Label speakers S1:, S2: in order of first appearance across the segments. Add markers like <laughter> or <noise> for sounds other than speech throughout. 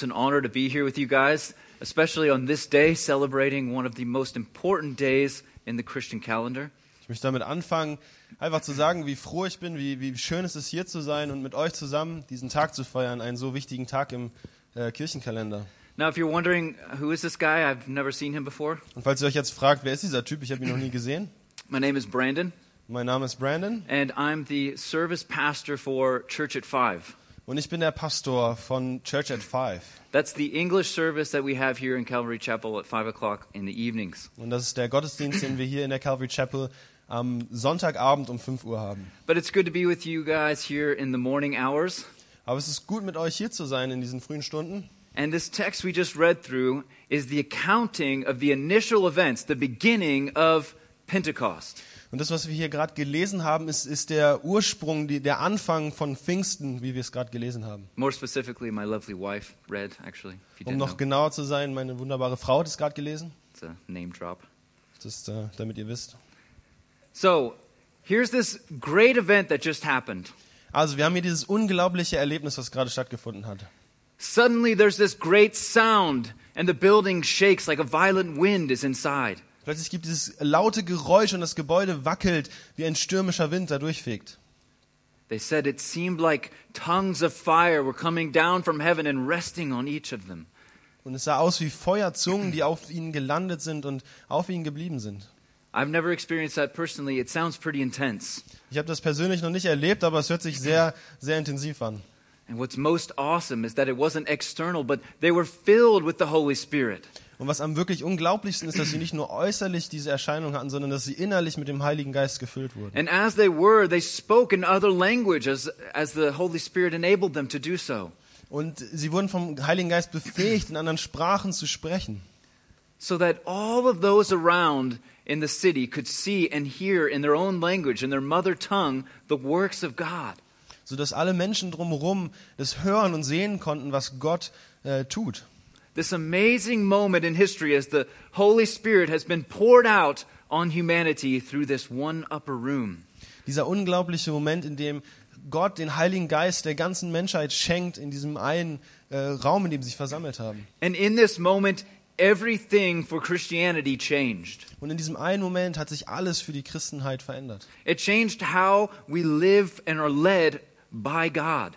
S1: It's an honor to be here with you guys, especially on this day, celebrating one of the most important days in the Christian calendar.
S2: Ich möchte damit anfangen, einfach zu sagen, wie froh ich bin, wie, wie schön es ist, hier zu sein und mit euch zusammen diesen Tag zu feiern, einen so wichtigen Tag im äh, Kirchenkalender.
S1: Now, if you're wondering, who is this guy? I've never seen him before.
S2: Und falls ihr euch jetzt fragt, wer ist dieser Typ, ich habe ihn noch nie gesehen.
S1: My name is Brandon,
S2: Mein Name ist Brandon
S1: and I'm the service pastor for Church at Five.
S2: und ich bin der Pastor von Church at Five.
S1: That's the English service that we have here in Calvary Chapel at 5 o'clock in the evenings.
S2: Und das ist der Gottesdienst, den wir hier in der Calvary Chapel am Sonntagabend um 5 Uhr haben.
S1: But it's good to be with you guys here in the morning hours.
S2: Aber es ist gut, mit euch hier zu sein in diesen frühen Stunden.
S1: And this text we just read through is the accounting of the initial events, the beginning of Pentecost.
S2: Und das, was wir hier gerade gelesen haben, ist, ist der Ursprung, die, der Anfang von Pfingsten, wie wir es gerade gelesen haben.
S1: More specifically, my lovely wife read, actually, if you
S2: Um
S1: didn't
S2: noch
S1: know.
S2: genauer zu sein, meine wunderbare Frau hat es gerade gelesen.
S1: It's a name drop.
S2: Das ist, äh, damit ihr wisst.
S1: So here's this great event that just happened.
S2: Also, wir haben hier dieses unglaubliche Erlebnis, was gerade stattgefunden hat.
S1: Suddenly, there's this great sound, and the building shakes like a violent wind is inside.
S2: Plötzlich gibt dieses laute Geräusch und das Gebäude wackelt, wie ein stürmischer Wind da durchfegt.
S1: They said it seemed like tongues of fire were coming down from heaven and resting on each of them.
S2: Und es sah aus wie Feuerzungen, die auf ihnen gelandet sind und auf ihnen geblieben sind.
S1: I've never experienced that personally. It sounds pretty intense.
S2: Ich habe das persönlich noch nicht erlebt, aber es hört sich sehr, sehr intensiv an.
S1: And what's most awesome is that it wasn't external, but they were filled with the Holy Spirit.
S2: Und was am wirklich unglaublichsten ist, dass sie nicht nur äußerlich diese Erscheinung hatten, sondern dass sie innerlich mit dem Heiligen Geist gefüllt wurden.
S1: And as they were, they spoke in other language as, as the Holy Spirit enabled them to do so.
S2: Und sie wurden vom Heiligen Geist befähigt, in anderen Sprachen zu sprechen.
S1: So that all of those around in the city could see and hear in their own language, in their mother tongue, the works of God.
S2: sodass alle Menschen drumherum das hören und sehen konnten, was Gott äh, tut.
S1: This amazing moment in history as the Holy Spirit has been poured out on humanity through this one upper room.
S2: Dieser unglaubliche Moment, in dem Gott den Heiligen Geist der ganzen Menschheit schenkt, in diesem einen äh, Raum, in dem sie sich versammelt haben.
S1: And in this moment, everything for Christianity changed.
S2: Und in diesem einen Moment hat sich alles für die Christenheit verändert.
S1: It changed how we live and are led by God.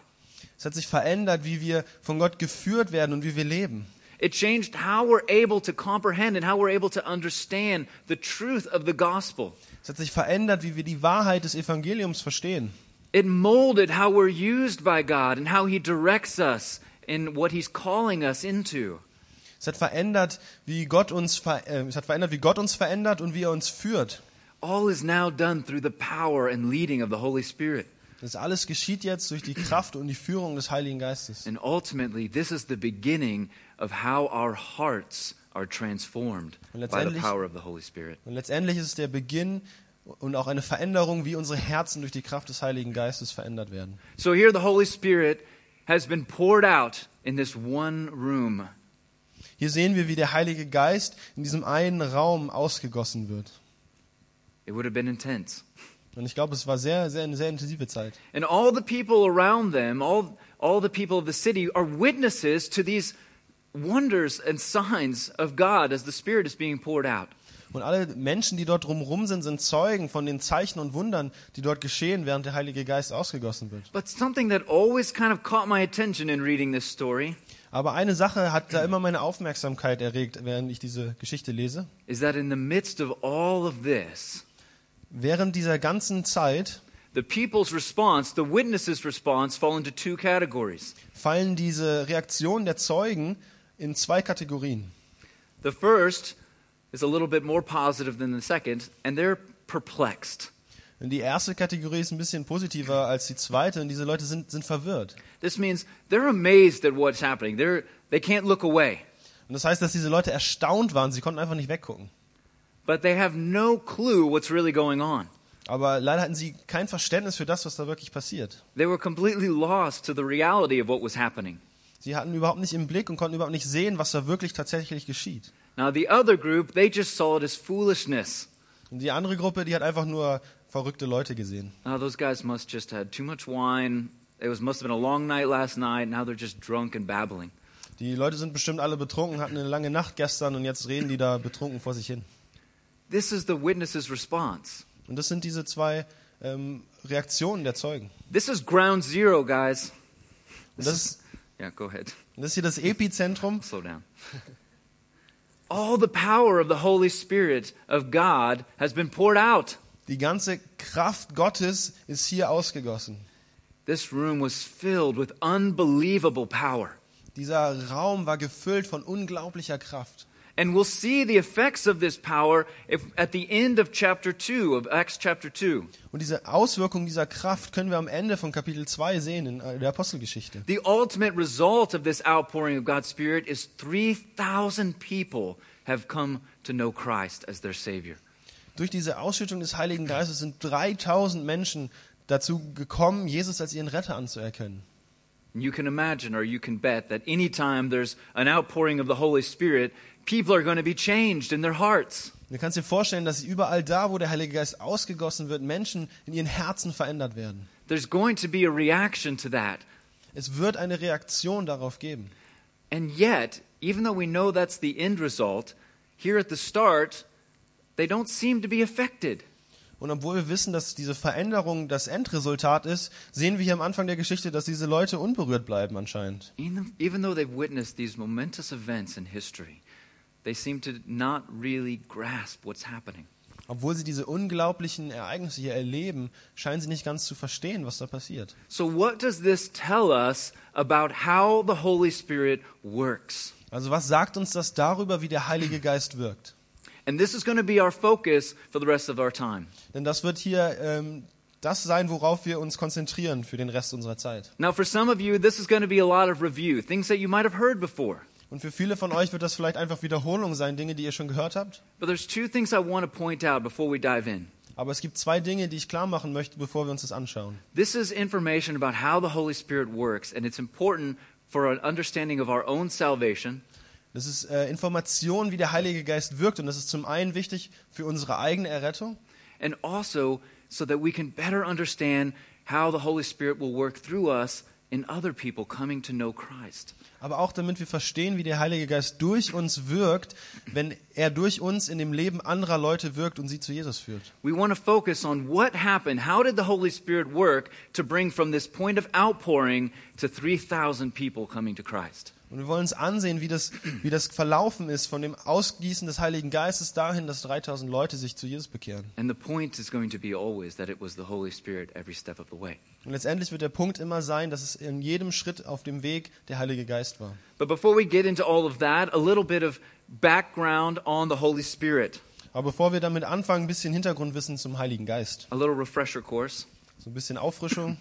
S2: Es hat sich verändert, wie wir von Gott geführt werden und wie wir leben.
S1: It changed how we're able to comprehend and how we're able to understand the truth of the gospel.
S2: Es hat sich verändert, wie wir die Wahrheit des Evangeliums verstehen.
S1: It molded how we're used by God and how He directs us in what He's calling us into.
S2: Es hat verändert, wie Gott uns, ver äh, es hat verändert, wie Gott uns verändert und wie er uns führt.
S1: All is now done through the power and leading of the Holy Spirit.
S2: Das alles geschieht jetzt durch die Kraft und die Führung des Heiligen Geistes.
S1: And ultimately, this is the beginning of how our hearts are transformed by the
S2: Und letztendlich-
S1: power of the Holy Spirit.
S2: Und letztendlich ist es der Beginn und auch eine Veränderung, wie unsere Herzen durch die Kraft des Heiligen Geistes verändert werden.
S1: So here the Holy Spirit has been poured out in this one room.
S2: Hier sehen wir, wie der Heilige Geist in diesem einen Raum ausgegossen wird.
S1: It would have been intense.
S2: Und ich glaube, es war sehr, sehr, eine sehr intensive Zeit.
S1: And all the people around them, all, all the people of the city, are witnesses to these wonders and signs of God as the Spirit is being poured out.
S2: Und alle Menschen, die dort drumherum sind, sind Zeugen von den Zeichen und Wundern, die dort geschehen, während der Heilige Geist ausgegossen wird.
S1: But something that always kind of caught my attention in reading this story
S2: Aber eine Sache hat da immer meine Aufmerksamkeit erregt, während ich diese Geschichte lese.
S1: is that in the midst of all of this,
S2: Während dieser ganzen Zeit
S1: the people's response, the witnesses' response, fall into two categories.
S2: fallen diese Reaktionen der Zeugen in zwei Kategorien.
S1: The first is a little bit more positive than the second, and they're perplexed.
S2: Und die erste Kategorie ist ein bisschen positiver als die zweite und diese Leute sind, sind verwirrt.
S1: This means they're amazed at what's happening. They're, they can't look away,
S2: Und das heißt, dass diese Leute erstaunt waren, sie konnten einfach nicht weggucken.
S1: but they have no clue what's really going on.
S2: Aber leider hatten sie kein Verständnis für das, was da wirklich passiert.
S1: They were completely lost to the reality of what was happening.
S2: Sie hatten überhaupt nicht im Blick und konnten überhaupt nicht sehen, was da wirklich tatsächlich geschieht.
S1: Now, the other group, they just saw it as foolishness.
S2: Und die andere Gruppe, die hat einfach nur verrückte Leute gesehen.
S1: Oh, those guys must just had too much wine. It was must have been a long night last night. Now they're just drunk and babbling.
S2: Die Leute sind bestimmt alle betrunken, hatten eine lange Nacht gestern und jetzt reden die da betrunken vor sich hin.
S1: This is the witness's response.
S2: Und das sind diese zwei ähm, Reaktionen der Zeugen.
S1: This is ground zero, guys.
S2: Und das, ist-
S1: Yeah, go ahead. <laughs>
S2: das ist hier das Epizentrum.
S1: Slow down. <laughs> All the power of the Holy Spirit of God has been poured out.
S2: Die ganze Kraft Gottes ist hier ausgegossen.
S1: This room was filled with unbelievable power.
S2: Dieser Raum war gefüllt von unglaublicher Kraft.
S1: And we'll see the effects of this power if, at the end of chapter 2, of Acts chapter 2.
S2: Und diese Auswirkung dieser Kraft können wir am Ende von Kapitel 2 sehen in äh, der Apostelgeschichte.
S1: The ultimate result of this outpouring of God's Spirit is 3,000 people have come to know Christ as their Savior.
S2: Durch diese Ausschüttung des Heiligen Geistes sind 3000 Menschen dazu gekommen, Jesus als ihren Retter anzuerkennen.
S1: And you can imagine or you can bet that anytime there's an outpouring of the Holy Spirit, people are going to be changed in their hearts.
S2: Du kannst dir vorstellen, dass überall da, wo der Heilige Geist ausgegossen wird, Menschen in ihren Herzen verändert werden.
S1: There's going to be a reaction to that.
S2: Es wird eine Reaktion darauf geben.
S1: And yet, even though we know that's the end result, here at the start, they don't seem to be affected.
S2: Und obwohl wir wissen, dass diese Veränderung das Endresultat ist, sehen wir hier am Anfang der Geschichte, dass diese Leute unberührt bleiben anscheinend.
S1: Even, even though they've witnessed these momentous events in history, they seem to not really grasp what's happening.
S2: Obwohl sie diese unglaublichen Ereignisse hier erleben, scheinen sie nicht ganz zu verstehen, was da passiert.
S1: So, what does this tell us about how the Holy Spirit works?
S2: Also was sagt uns das darüber, wie der Heilige Geist wirkt?
S1: And this is going to be our focus for the rest of our time.
S2: Denn das wird hier ähm, das sein, worauf wir uns konzentrieren für den Rest unserer Zeit.
S1: Now, for some of you, this is going to be a lot of review, things that you might have heard before.
S2: Und für viele von euch wird das vielleicht einfach Wiederholung sein, Dinge, die ihr schon gehört habt.
S1: But there's two things I want to point out before we dive in.
S2: Aber es gibt zwei Dinge, die ich klar machen möchte, bevor wir uns das anschauen.
S1: This is information about how the Holy Spirit works, and it's important for an understanding of our own salvation,
S2: Das ist äh, Information, wie der Heilige Geist wirkt. Und das ist zum einen wichtig für unsere eigene Errettung,
S1: and also so that we can better understand how the Holy Spirit will work through us in other people coming to know Christ.
S2: aber auch damit wir verstehen, wie der Heilige Geist durch uns wirkt, wenn er durch uns in dem Leben anderer Leute wirkt und sie zu Jesus führt.
S1: We want to focus on what happened. How did the Holy Spirit work to bring from this point of outpouring to 3,000 people coming to Christ?
S2: Und wir wollen uns ansehen, wie das, wie das verlaufen ist von dem Ausgießen des Heiligen Geistes dahin, dass 3000 Leute sich zu Jesus bekehren.
S1: And the point is going to be always that it was the Holy Spirit every step of the way.
S2: Und letztendlich wird der Punkt immer sein, dass es in jedem Schritt auf dem Weg der Heilige Geist war.
S1: But before we get into all of that, a little bit of background on the Holy Spirit,
S2: Aber bevor wir damit anfangen, ein bisschen Hintergrundwissen zum Heiligen Geist.
S1: a little refresher course.
S2: So ein bisschen Auffrischung.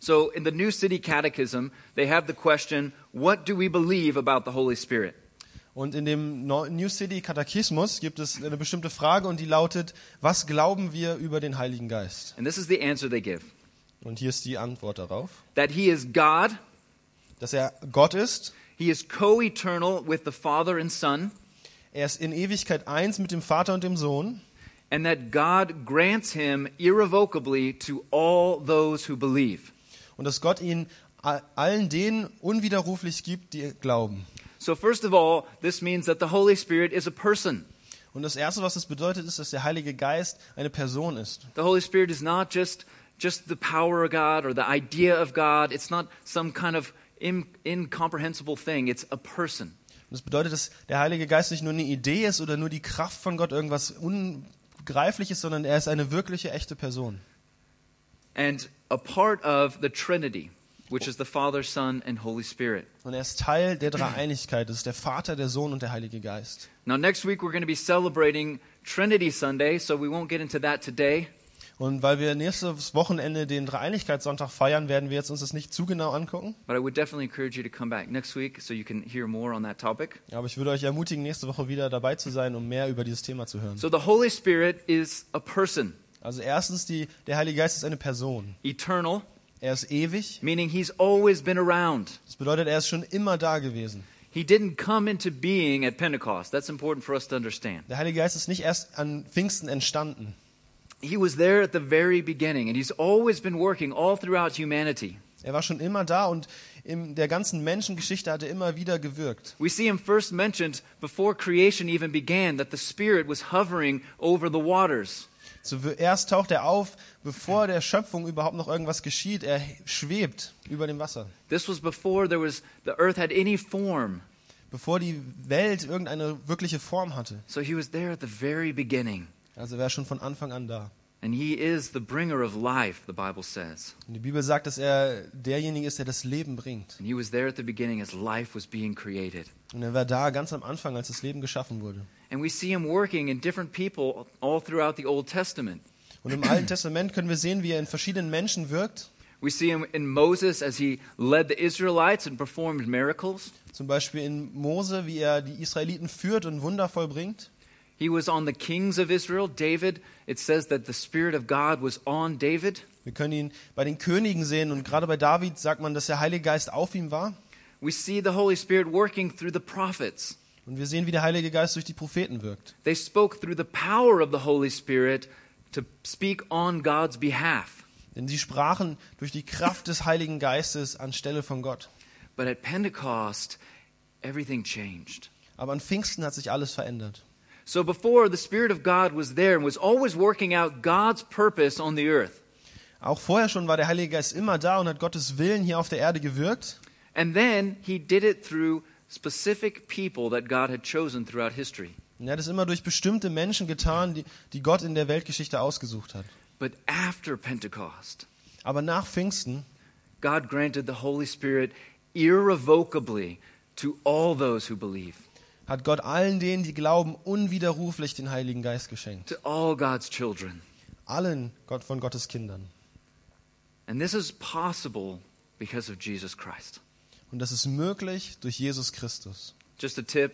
S1: So, in the New City Catechism, they have the question what do we believe about the Holy Spirit?
S2: Und in dem Neu- New City Katechismus gibt es eine bestimmte Frage und die lautet, was glauben wir über den Heiligen Geist?
S1: And this is the answer they give
S2: Und hier ist die Antwort darauf,
S1: that He is God,
S2: dass er Gott ist,
S1: He is co eternal with the Father and Son,
S2: er ist in Ewigkeit eins mit dem Vater und dem Sohn
S1: and that God grants Him irrevocably to all those who believe.
S2: und dass Gott ihn a- allen denen unwiderruflich gibt, die glauben.
S1: So, first of all, this means that the Holy Spirit is a person.
S2: Und das Erste, was das bedeutet, ist, dass der Heilige Geist eine Person ist.
S1: The Holy Spirit is not just just the power of God or the idea of God. It's not some kind of in, incomprehensible thing. It's a person.
S2: Und das bedeutet, dass der Heilige Geist nicht nur eine Idee ist oder nur die Kraft von Gott irgendwas Ungreifliches, sondern er ist eine wirkliche, echte Person.
S1: and a part of the Trinity, which is the Father, Son, and Holy Spirit.
S2: Und er ist Teil der Dreieinigkeit. Das ist der Vater, der Sohn und der Heilige Geist.
S1: Now, next week we're going to be celebrating Trinity Sunday, so we won't get into that today.
S2: Und weil wir nächstes Wochenende den Dreieinigkeitssonntag feiern, werden wir jetzt uns das nicht zu genau angucken.
S1: But I would definitely encourage you to come back next week so you can hear more on that topic.
S2: Aber ich würde euch ermutigen, nächste Woche wieder dabei zu sein, um mehr über dieses Thema zu hören.
S1: So, the Holy Spirit is a person,
S2: Also erstens, die, der Heilige Geist ist eine Person.
S1: eternal,
S2: Er ist ewig.
S1: meaning he's always been around.
S2: Das bedeutet, er ist schon immer da gewesen.
S1: He didn't come into being at Pentecost. That's important for us to understand.
S2: Der Heilige Geist ist nicht erst an Pfingsten entstanden.
S1: He was there at the very beginning, and he's always been working all throughout humanity.
S2: Er war schon immer da und in der ganzen Menschengeschichte hat er immer wieder gewirkt.
S1: We see him first mentioned before creation even began that the Spirit was hovering over the waters.
S2: Zuerst taucht er auf, bevor der Schöpfung überhaupt noch irgendwas geschieht. Er schwebt über dem Wasser.
S1: This was before there was the earth had any form.
S2: Bevor die Welt irgendeine wirkliche Form hatte.
S1: So he was there at the very beginning.
S2: Also war er schon von Anfang an da.
S1: And he is the bringer of life, the Bible says.
S2: Und die Bibel sagt, dass er derjenige ist, der das Leben bringt.
S1: And he was there at the beginning as life was being created.
S2: Und er war da ganz am Anfang, als das Leben geschaffen wurde.
S1: And we see him working in different people all throughout the Old Testament.
S2: Und im Alten Testament können wir sehen, wie er in verschiedenen Menschen wirkt.
S1: We see him in Moses as he led the Israelites and performed miracles.
S2: Zum Beispiel in Mose, wie er die Israeliten führt und Wunder vollbringt.
S1: He was on the kings of Israel, David. It says that the Spirit of God was on David.
S2: Wir können ihn bei den Königen sehen und gerade bei David sagt man, dass der Heilige Geist auf ihm war.
S1: We see the Holy Spirit working through the prophets.
S2: Und wir sehen, wie der Heilige Geist durch die Propheten wirkt.
S1: They spoke through the power of the Holy Spirit to speak on God's behalf.
S2: Denn sie sprachen durch die Kraft des Heiligen Geistes anstelle von Gott.
S1: But at Pentecost, everything changed.
S2: Aber an Pfingsten hat sich alles verändert.
S1: So before, the Spirit of God was there and was always working out God's purpose on the earth.
S2: Auch vorher schon war der Heilige Geist immer da und hat Gottes Willen hier auf der Erde gewirkt.
S1: And then he did it through specific people that God had chosen throughout history.
S2: Und er hat es immer durch bestimmte Menschen getan, die, die Gott in der Weltgeschichte ausgesucht hat.
S1: But after Pentecost,
S2: Aber nach Pfingsten
S1: God granted the Holy Spirit irrevocably to all those who believe,
S2: hat Gott allen denen, die glauben, unwiderruflich den Heiligen Geist geschenkt.
S1: to all God's children.
S2: Allen Gott von Gottes Kindern.
S1: And this is possible because of Jesus Christ.
S2: Und das ist möglich durch Jesus Christus.
S1: Just a tip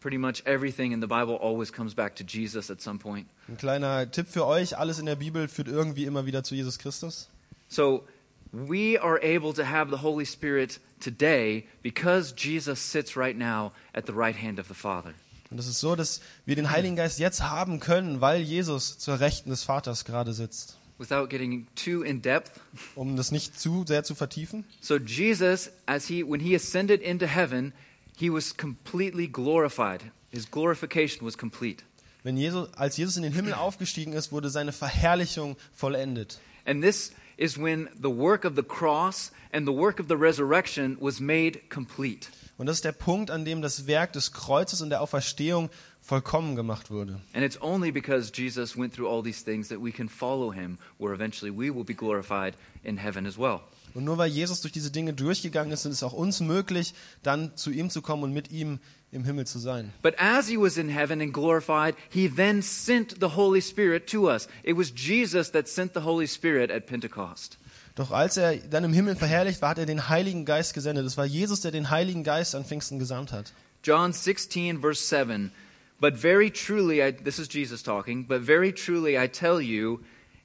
S1: pretty much everything in the Bible always comes back to Jesus at some point.
S2: Ein kleiner Tipp für euch, alles in der Bibel führt irgendwie immer wieder zu Jesus Christus.
S1: So we are able to have the Holy Spirit today because Jesus sits right now at the right hand of the Father.
S2: Und es ist so, dass wir den Heiligen Geist jetzt haben können, weil Jesus zur Rechten des Vaters gerade sitzt.
S1: Without getting too in depth,
S2: Um das nicht zu sehr zu vertiefen.
S1: so Jesus as he when he ascended into heaven, he was completely glorified. His glorification was complete.
S2: Wenn Jesus, als Jesus in den Himmel aufgestiegen ist, wurde seine Verherrlichung vollendet.
S1: And this is when the work of the cross and the work of the resurrection was made complete.
S2: Und das ist der Punkt, an dem das Werk des Kreuzes und der Auferstehung vollkommen gemacht wurde.
S1: And it's only because Jesus went through all these things that we can follow him, where eventually we will be glorified in heaven as well.
S2: Und nur weil Jesus durch diese Dinge durchgegangen ist, ist es auch uns möglich, dann zu ihm zu kommen und mit ihm im Himmel zu sein.
S1: But as he was in heaven and glorified, he then sent the Holy Spirit to us. It was Jesus that sent the Holy Spirit at Pentecost.
S2: Doch als er dann im Himmel verherrlicht war, hat er den Heiligen Geist gesendet. Es war Jesus, der den Heiligen Geist an Pfingsten gesandt hat.
S1: John 16, verse 7. But very truly, I, this is Jesus talking, but very truly I tell you,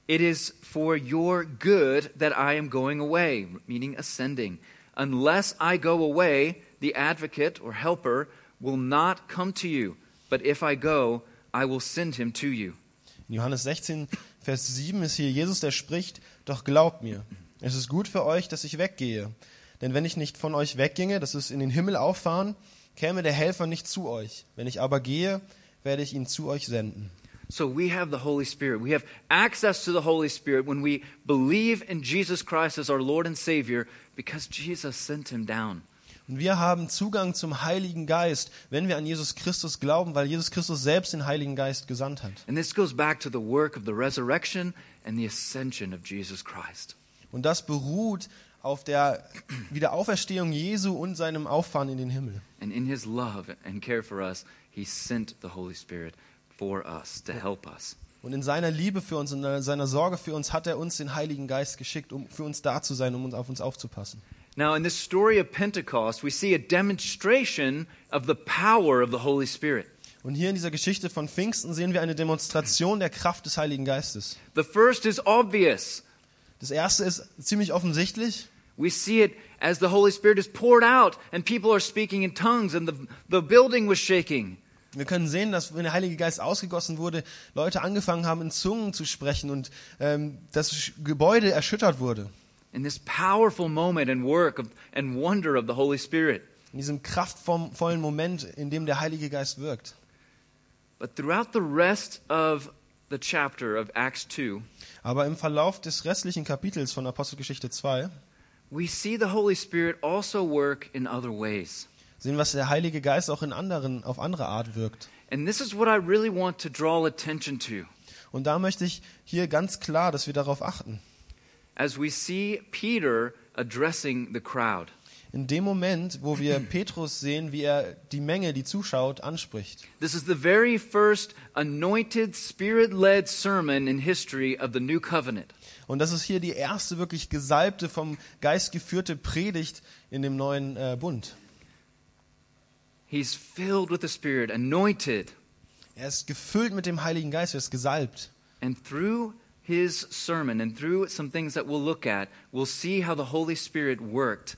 S1: it is for your good that I am going away, meaning ascending. Unless I go away, the advocate or helper will not come to you. But if I go, I will send him to you.
S2: In Johannes 16, Vers 7 ist hier Jesus, der spricht, doch glaubt mir, es ist gut für euch, dass ich weggehe. Denn wenn ich nicht von euch wegginge, das ist in den Himmel auffahren, käme der Helfer nicht zu euch. Wenn ich aber gehe, werde ich ihn zu euch senden.
S1: So we have the Holy Spirit. We have access to the Holy Spirit when we believe in Jesus Christ as our Lord and Savior because Jesus sent him down.
S2: Und wir haben Zugang zum Heiligen Geist, wenn wir an Jesus Christus glauben, weil Jesus Christus selbst den Heiligen Geist gesandt hat.
S1: And this goes back to the work of the resurrection and the ascension of Jesus Christ.
S2: Und das beruht auf der Wiederauferstehung Jesu und seinem Auffahren in den Himmel.
S1: And in his love and care for us, he sent the Holy Spirit for us to help us.
S2: Und in seiner Liebe für uns und in seiner Sorge für uns hat er uns den Heiligen Geist geschickt, um für uns da zu sein, um uns auf uns aufzupassen.
S1: Now, in this story of Pentecost, we see a demonstration of the power of the Holy Spirit.
S2: Und hier in dieser Geschichte von Pfingsten sehen wir eine Demonstration der Kraft des Heiligen Geistes.
S1: The first is obvious.
S2: Das erste ist ziemlich offensichtlich.
S1: We see it as the Holy Spirit is poured out and people are speaking in tongues and the, the building was shaking.
S2: Wir können sehen, dass wenn der Heilige Geist ausgegossen wurde, Leute angefangen haben, in Zungen zu sprechen und ähm, das Sch- Gebäude erschüttert wurde.
S1: in this powerful moment and work of, and wonder of the Holy Spirit.
S2: in diesem kraftvollen Moment, in dem der Heilige Geist wirkt.
S1: But throughout the rest of the chapter of Acts 2,
S2: Aber im Verlauf des restlichen Kapitels von Apostelgeschichte 2
S1: we see the Holy Spirit also work in other ways.
S2: sehen, was der Heilige Geist auch in anderen, auf andere Art wirkt.
S1: And this is what I really want to draw attention to
S2: Und da möchte ich hier ganz klar, dass wir darauf achten.
S1: as we see Peter addressing the crowd.
S2: In dem Moment, wo wir Petrus sehen, wie er die Menge, die zuschaut, anspricht.
S1: This is the very first anointed, spirit led sermon in history of the new covenant.
S2: Und das ist hier die erste wirklich gesalbte, vom Geist geführte Predigt in dem neuen äh, Bund.
S1: He's filled with the Spirit, anointed,
S2: Er ist gefüllt mit dem Heiligen Geist, er ist gesalbt.
S1: and through his sermon and through some things that we'll look at, we'll see how the Holy Spirit worked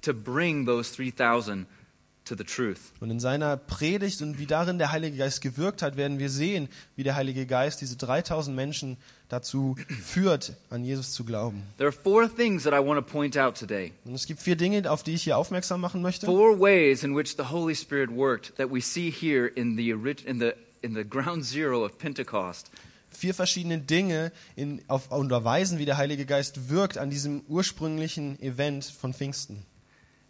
S1: to bring those 3,000 to the truth.
S2: Und in seiner Predigt und wie darin der Heilige Geist gewirkt hat, werden wir sehen, wie der Heilige Geist diese 3000 Menschen dazu führt, an Jesus zu glauben.
S1: There are four things that I want to point out today.
S2: Und es gibt vier Dinge, auf die ich hier aufmerksam machen möchte.
S1: Four ways in which the Holy Spirit worked that we see here in the, orig- in the, in the ground zero of Pentecost.
S2: Vier verschiedene Dinge in, auf, unterweisen, wie der Heilige Geist wirkt an diesem ursprünglichen Event von Pfingsten.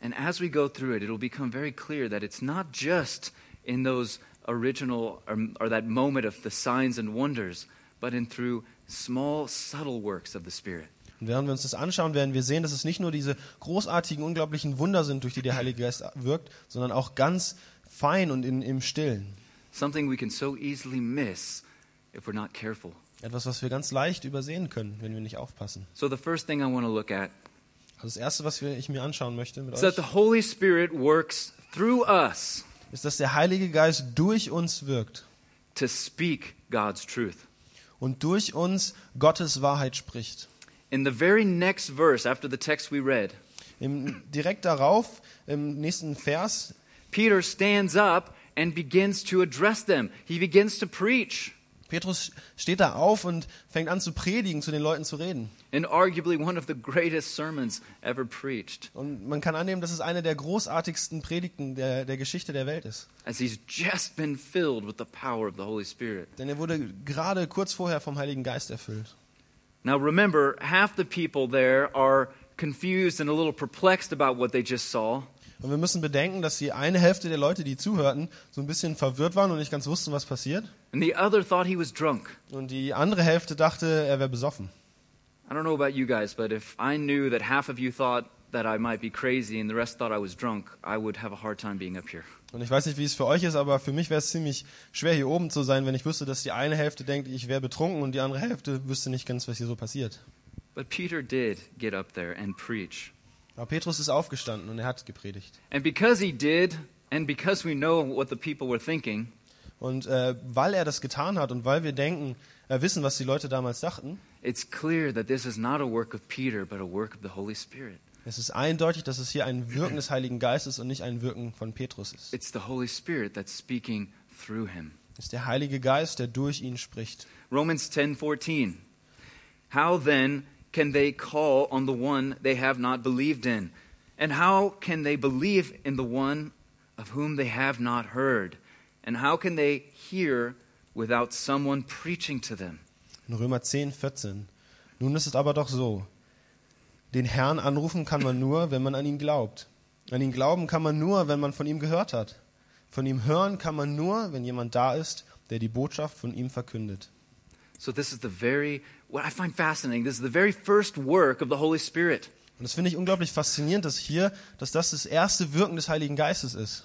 S1: And as we go through it, it'll become very clear that it's not just in those original or, or that moment of the signs and wonders, but in through small, subtle works of the Spirit.
S2: Und während wir uns das anschauen, werden wir sehen, dass es nicht nur diese großartigen, unglaublichen Wunder sind, durch die der Heilige Geist wirkt, sondern auch ganz fein und in, im Stillen.
S1: Something we can so easily miss if we're not careful.
S2: Etwas, was wir ganz leicht übersehen können, wenn wir nicht aufpassen.
S1: So, the first thing I want to look at
S2: Also das Erste, was wir, ich mir anschauen möchte mit
S1: is that
S2: euch,
S1: the Holy Spirit works through us
S2: ist, dass der Heilige Geist durch uns wirkt
S1: to speak God's truth.
S2: und durch uns Gottes Wahrheit spricht.
S1: In the very next verse after the text we read,
S2: Im, direkt darauf, im nächsten Vers,
S1: Peter stands up and begins to address them. He begins to preach.
S2: Petrus steht da auf und fängt an zu predigen, zu den Leuten zu reden.
S1: and arguably one of the greatest sermons ever preached,
S2: Und man kann annehmen, dass es eine der großartigsten Predigten der, der Geschichte der Welt ist.
S1: as he's just been filled with the power of the Holy Spirit.
S2: Denn er wurde gerade kurz vorher vom Heiligen Geist erfüllt.
S1: Now, remember, half the people there are confused and a little perplexed about what they just saw.
S2: Und wir müssen bedenken, dass die eine Hälfte der Leute, die zuhörten, so ein bisschen verwirrt waren und nicht ganz wussten, was passiert.
S1: And the other thought he was drunk.
S2: Und die andere Hälfte dachte, er wäre besoffen.
S1: I don't know about you guys, but if I knew that half of you thought that I might be crazy and the rest thought I was drunk, I would have a hard time being up here.
S2: Und ich weiß nicht, wie es für euch ist, aber für mich wäre es ziemlich schwer, hier oben zu sein, wenn ich wüsste, dass die eine Hälfte denkt, ich wäre betrunken und die andere Hälfte wüsste nicht ganz, was hier so passiert.
S1: But Peter did get up there and preach.
S2: Aber Petrus ist aufgestanden und er hat gepredigt.
S1: And because he did, and because we know what the people were thinking,
S2: Und äh, weil er das getan hat und weil wir denken, äh, wissen, was die Leute damals dachten,
S1: It's clear that this is not a work of Peter, but a work of the Holy Spirit.
S2: es ist eindeutig, dass es hier ein Wirken des Heiligen Geistes und nicht ein Wirken von Petrus ist.
S1: It's the Holy Spirit that's speaking through him.
S2: Es ist der Heilige Geist, der durch ihn spricht.
S1: Romans 10:14. How then can they call on the one they have not believed in? And how can they believe in the one of whom they have not heard? And how can they hear without someone preaching to them?
S2: In Römer 10, 14. Nun ist es aber doch so. Den Herrn anrufen kann man nur, wenn man an ihn glaubt. An ihn glauben kann man nur, wenn man von ihm gehört hat. Von ihm hören kann man nur, wenn jemand da ist, der die Botschaft von ihm verkündet.
S1: So this is the very what I find fascinating. This is the very first work of the Holy Spirit.
S2: Und das finde ich unglaublich faszinierend, dass hier, dass das das erste Wirken des Heiligen Geistes ist.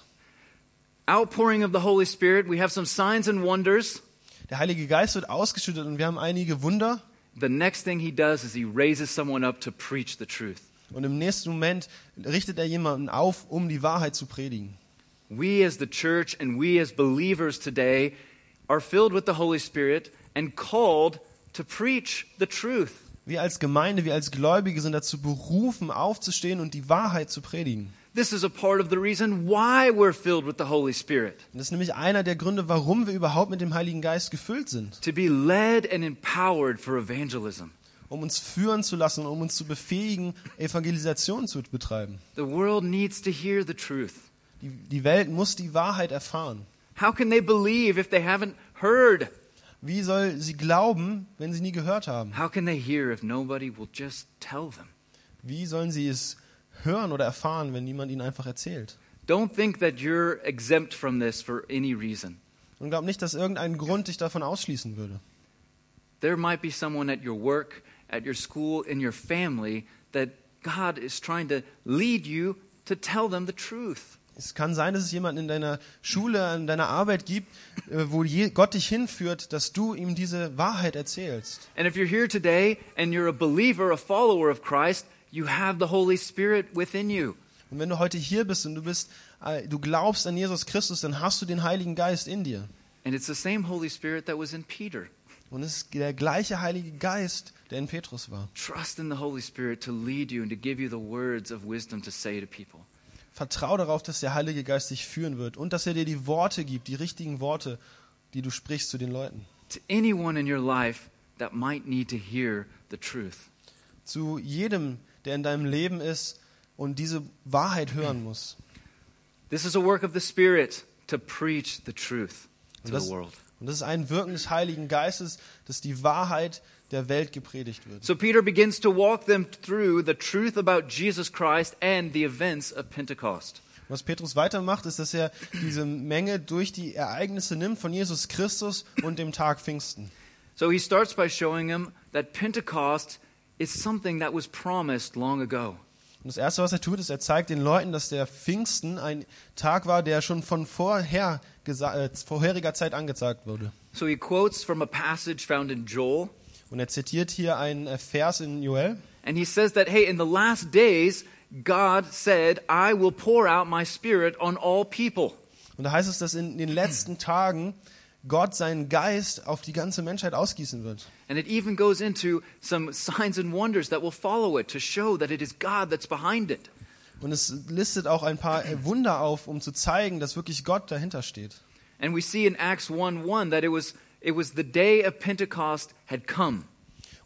S1: Outpouring of the Holy Spirit, we have some signs and wonders.
S2: Der Heilige Geist wird ausgeschüttet und wir haben einige Wunder.
S1: The next thing he does is he raises someone up to preach the truth.
S2: Und im nächsten Moment richtet er jemanden auf, um die Wahrheit zu predigen.
S1: We as the church and we as believers today are filled with the Holy Spirit and called to preach the truth.
S2: Wir als Gemeinde, wir als Gläubige sind dazu berufen, aufzustehen und die Wahrheit zu predigen.
S1: This is a part of the reason why we're filled with the Holy Spirit
S2: Und das ist nämlich einer der Gründe, warum wir überhaupt mit dem Heiligen Geist gefüllt sind,
S1: to be led and empowered for evangelism.
S2: um uns führen zu lassen, um uns zu befähigen, Evangelisation zu betreiben.
S1: The world needs to hear the truth.
S2: Die, die Welt muss die Wahrheit erfahren.
S1: How can they believe if they haven't heard?
S2: Wie soll sie glauben, wenn sie nie gehört haben?
S1: How can they hear if nobody will just tell them?
S2: Wie sollen sie es hören oder erfahren, wenn niemand ihnen einfach erzählt?
S1: Don't think that you're exempt from this for any reason.
S2: Und glaub nicht, dass irgendein Grund dich davon ausschließen würde.
S1: There might be someone at your work, at your school, in your family that God is trying to lead you to tell them the truth.
S2: Es kann sein, dass es jemanden in deiner Schule, in deiner Arbeit gibt, äh, wo je- Gott dich hinführt, dass du ihm diese Wahrheit erzählst.
S1: And if you're here today and you're a believer, a follower of Christ, you have the Holy Spirit within you.
S2: Und wenn du heute hier bist und du bist, äh, du glaubst an Jesus Christus, dann hast du den Heiligen Geist in dir.
S1: And it's the same Holy Spirit that was in Peter.
S2: Und es ist der gleiche Heilige Geist, der in Petrus war.
S1: Trust in the Holy Spirit to lead you and to give you the words of wisdom to say to people.
S2: Vertrau darauf, dass der Heilige Geist dich führen wird und dass er dir die Worte gibt, die richtigen Worte, die du sprichst zu den Leuten.
S1: To anyone in your life that might need to hear the truth.
S2: Zu jedem, der in deinem Leben ist und diese Wahrheit hören muss.
S1: This is a work of the Spirit to preach the truth to
S2: Das-
S1: the world.
S2: Und das ist ein Wirken des Heiligen Geistes, dass die Wahrheit der Welt gepredigt wird.
S1: So Peter begins to walk them through the truth about Jesus Christ and the events of Pentecost.
S2: Was Petrus weitermacht, ist, dass er diese Menge durch die Ereignisse nimmt von Jesus Christus und dem Tag Pfingsten.
S1: So he starts by showing them that Pentecost is something that was promised long ago.
S2: Und das Erste, was er tut, ist, er zeigt den Leuten, dass der Pfingsten ein Tag war, der schon von vorher, gesa- äh, vorheriger Zeit angezeigt wurde.
S1: So he quotes from a passage found in Joel,
S2: Und er zitiert hier einen äh, Vers in Joel.
S1: and he says that, hey, in the last days, God said, I will pour out my spirit on all people.
S2: Und da heißt es, dass in den letzten Tagen Gott seinen Geist auf die ganze Menschheit ausgießen wird.
S1: And it even goes into some <laughs> signs and wonders that will follow it to show that it is God that's behind it.
S2: Und es listet auch ein paar äh, Wunder auf, um zu zeigen, dass wirklich Gott dahinter steht.
S1: And we see in Acts 1 1 that it was, it was the day of Pentecost had come.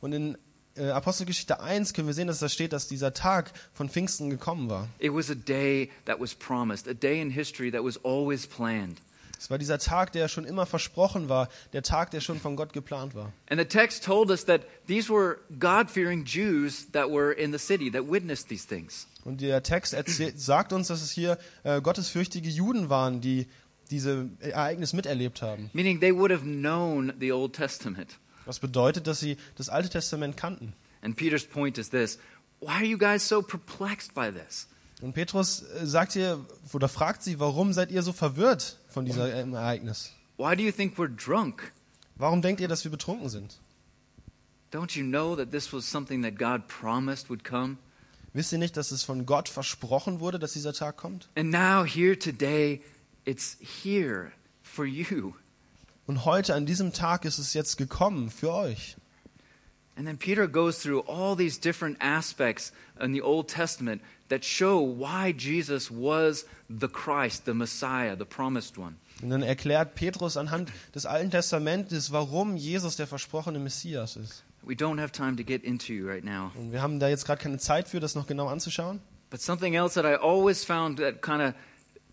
S2: Und in äh, Apostelgeschichte 1 können wir sehen, dass da steht, dass dieser Tag von Pfingsten gekommen war.
S1: It was a day that was promised, a day in history that was always planned.
S2: Es war dieser Tag, der schon immer versprochen war, der Tag, der schon von Gott geplant war.
S1: And the text told us that these were God fearing Jews that were in the city that witnessed these things.
S2: Und der Text erzählt, sagt uns, dass es hier äh, gottesfürchtige Juden waren, die diese Ereignis miterlebt haben.
S1: Meaning they would have known the Old Testament.
S2: Was bedeutet, dass sie das Alte Testament kannten.
S1: And Peter's point is this why are you guys so perplexed by this?
S2: Und Petrus äh, sagt hier oder fragt sie, warum seid ihr so verwirrt von diesem Ereignis?
S1: Why do you think we're drunk?
S2: Warum denkt ihr, dass wir betrunken sind?
S1: Don't you know that this was something that God promised would come?
S2: Wisst ihr nicht, dass es von Gott versprochen wurde, dass dieser Tag kommt?
S1: And now, here today, it's here for you.
S2: Und heute an diesem Tag ist es jetzt gekommen für euch.
S1: And then Peter goes through all these different aspects in the Old Testament that show why Jesus was the Christ, the Messiah, the promised one.
S2: Und dann erklärt Petrus anhand des Alten Testamentes, warum Jesus der versprochene Messias ist.
S1: We don't have time to get into right now.
S2: Und wir haben da jetzt gerade keine Zeit für, das noch genau anzuschauen.
S1: But something else that I always found that kind of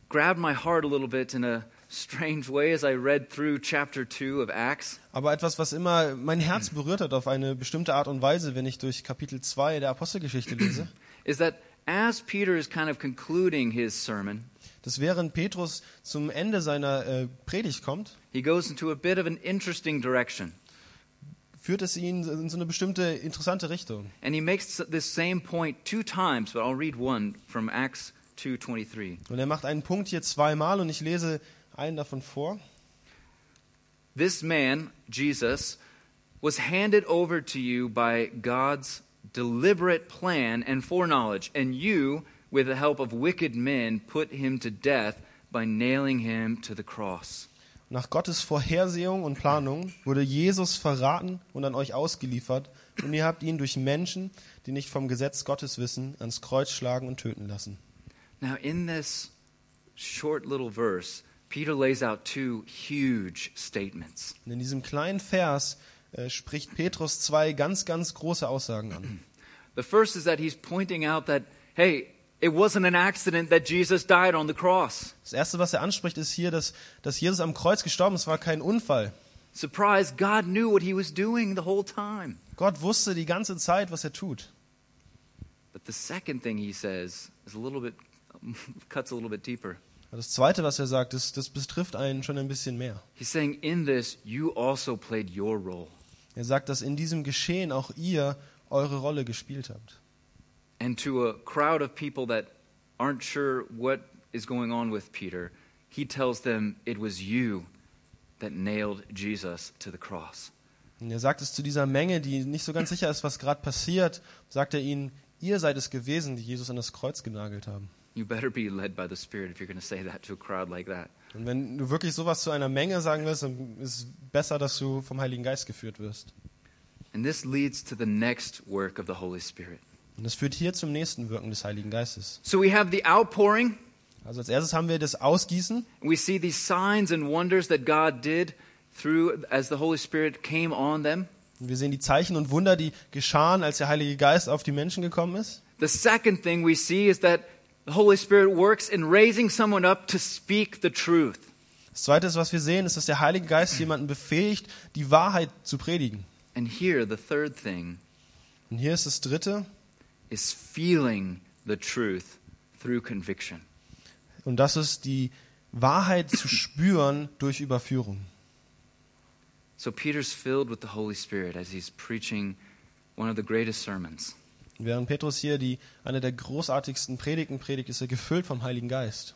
S1: grabbed my heart a little bit in a strange way as I read through chapter 2 of Acts
S2: Aber etwas, was immer mein Herz berührt hat auf eine bestimmte Art und Weise, wenn ich durch Kapitel 2 der Apostelgeschichte lese,
S1: is that as Peter is kind of concluding his sermon,
S2: dass während Petrus zum Ende seiner äh, Predigt kommt,
S1: he goes into a bit of an interesting direction.
S2: führt es ihn in so eine bestimmte interessante Richtung.
S1: And he makes this same point two times, but I'll read one from Acts 2:23.
S2: Und er macht einen Punkt hier zweimal und ich lese einen davon vor.
S1: This man, Jesus, was handed over to you by God's deliberate plan and foreknowledge, and you, with the help of wicked men, put him to death by nailing him to the cross.
S2: Nach Gottes Vorhersehung und Planung wurde Jesus verraten und an euch ausgeliefert, und ihr habt ihn durch Menschen, die nicht vom Gesetz Gottes wissen, ans Kreuz schlagen und töten lassen.
S1: Now, in this short little verse, Peter lays out two huge statements.
S2: Und in diesem kleinen Vers äh, äh, spricht Petrus zwei ganz, ganz große Aussagen an.
S1: The first is that he's pointing out that, hey, it wasn't an accident that Jesus died on the cross.
S2: Das Erste, was er anspricht, ist hier, dass, dass Jesus am Kreuz gestorben ist, war kein Unfall.
S1: Surprise, God knew what he was doing the whole time.
S2: Gott wusste die ganze Zeit, was er tut.
S1: But the second thing he says is a little bit, <laughs> cuts a little bit deeper.
S2: Aber Das Zweite, was er sagt, ist, das betrifft einen schon ein bisschen mehr.
S1: He's saying, in this, you also played your role.
S2: Er sagt, dass in diesem Geschehen auch ihr eure Rolle gespielt habt.
S1: And to a crowd of people that aren't sure what is going on with Peter, he tells them, it was you that nailed Jesus to the cross.
S2: Und er sagt es zu dieser Menge, die nicht so ganz sicher ist, was gerade passiert, sagt er ihnen, ihr seid es gewesen, die Jesus an das Kreuz genagelt haben.
S1: You better be led by the Spirit if you're going to say that to a crowd like that.
S2: Und wenn du wirklich sowas zu einer Menge sagen willst, dann ist es besser, dass du vom Heiligen Geist geführt wirst.
S1: And this leads to the next work of the Holy Spirit.
S2: Und das führt hier zum nächsten Wirken des Heiligen Geistes.
S1: So we have the outpouring.
S2: Also als erstes haben wir das Ausgießen.
S1: We see these signs and wonders that God did through as the Holy Spirit came on them.
S2: Und Wir sehen die Zeichen und Wunder, die geschahen, als der Heilige Geist auf die Menschen gekommen ist.
S1: The second thing we see is that the Holy Spirit works in raising someone up to speak the truth.
S2: Das Zweite, was wir sehen, ist, dass der Heilige Geist jemanden befähigt, die Wahrheit zu predigen.
S1: And here, the third thing
S2: Und hier ist das Dritte,
S1: is feeling the truth through conviction.
S2: und das ist die Wahrheit zu spüren durch Überführung.
S1: So Peter's filled with the Holy Spirit as he's preaching one of the greatest sermons.
S2: Während Petrus hier die, eine der großartigsten Predigten predigt, ist er gefüllt vom Heiligen Geist.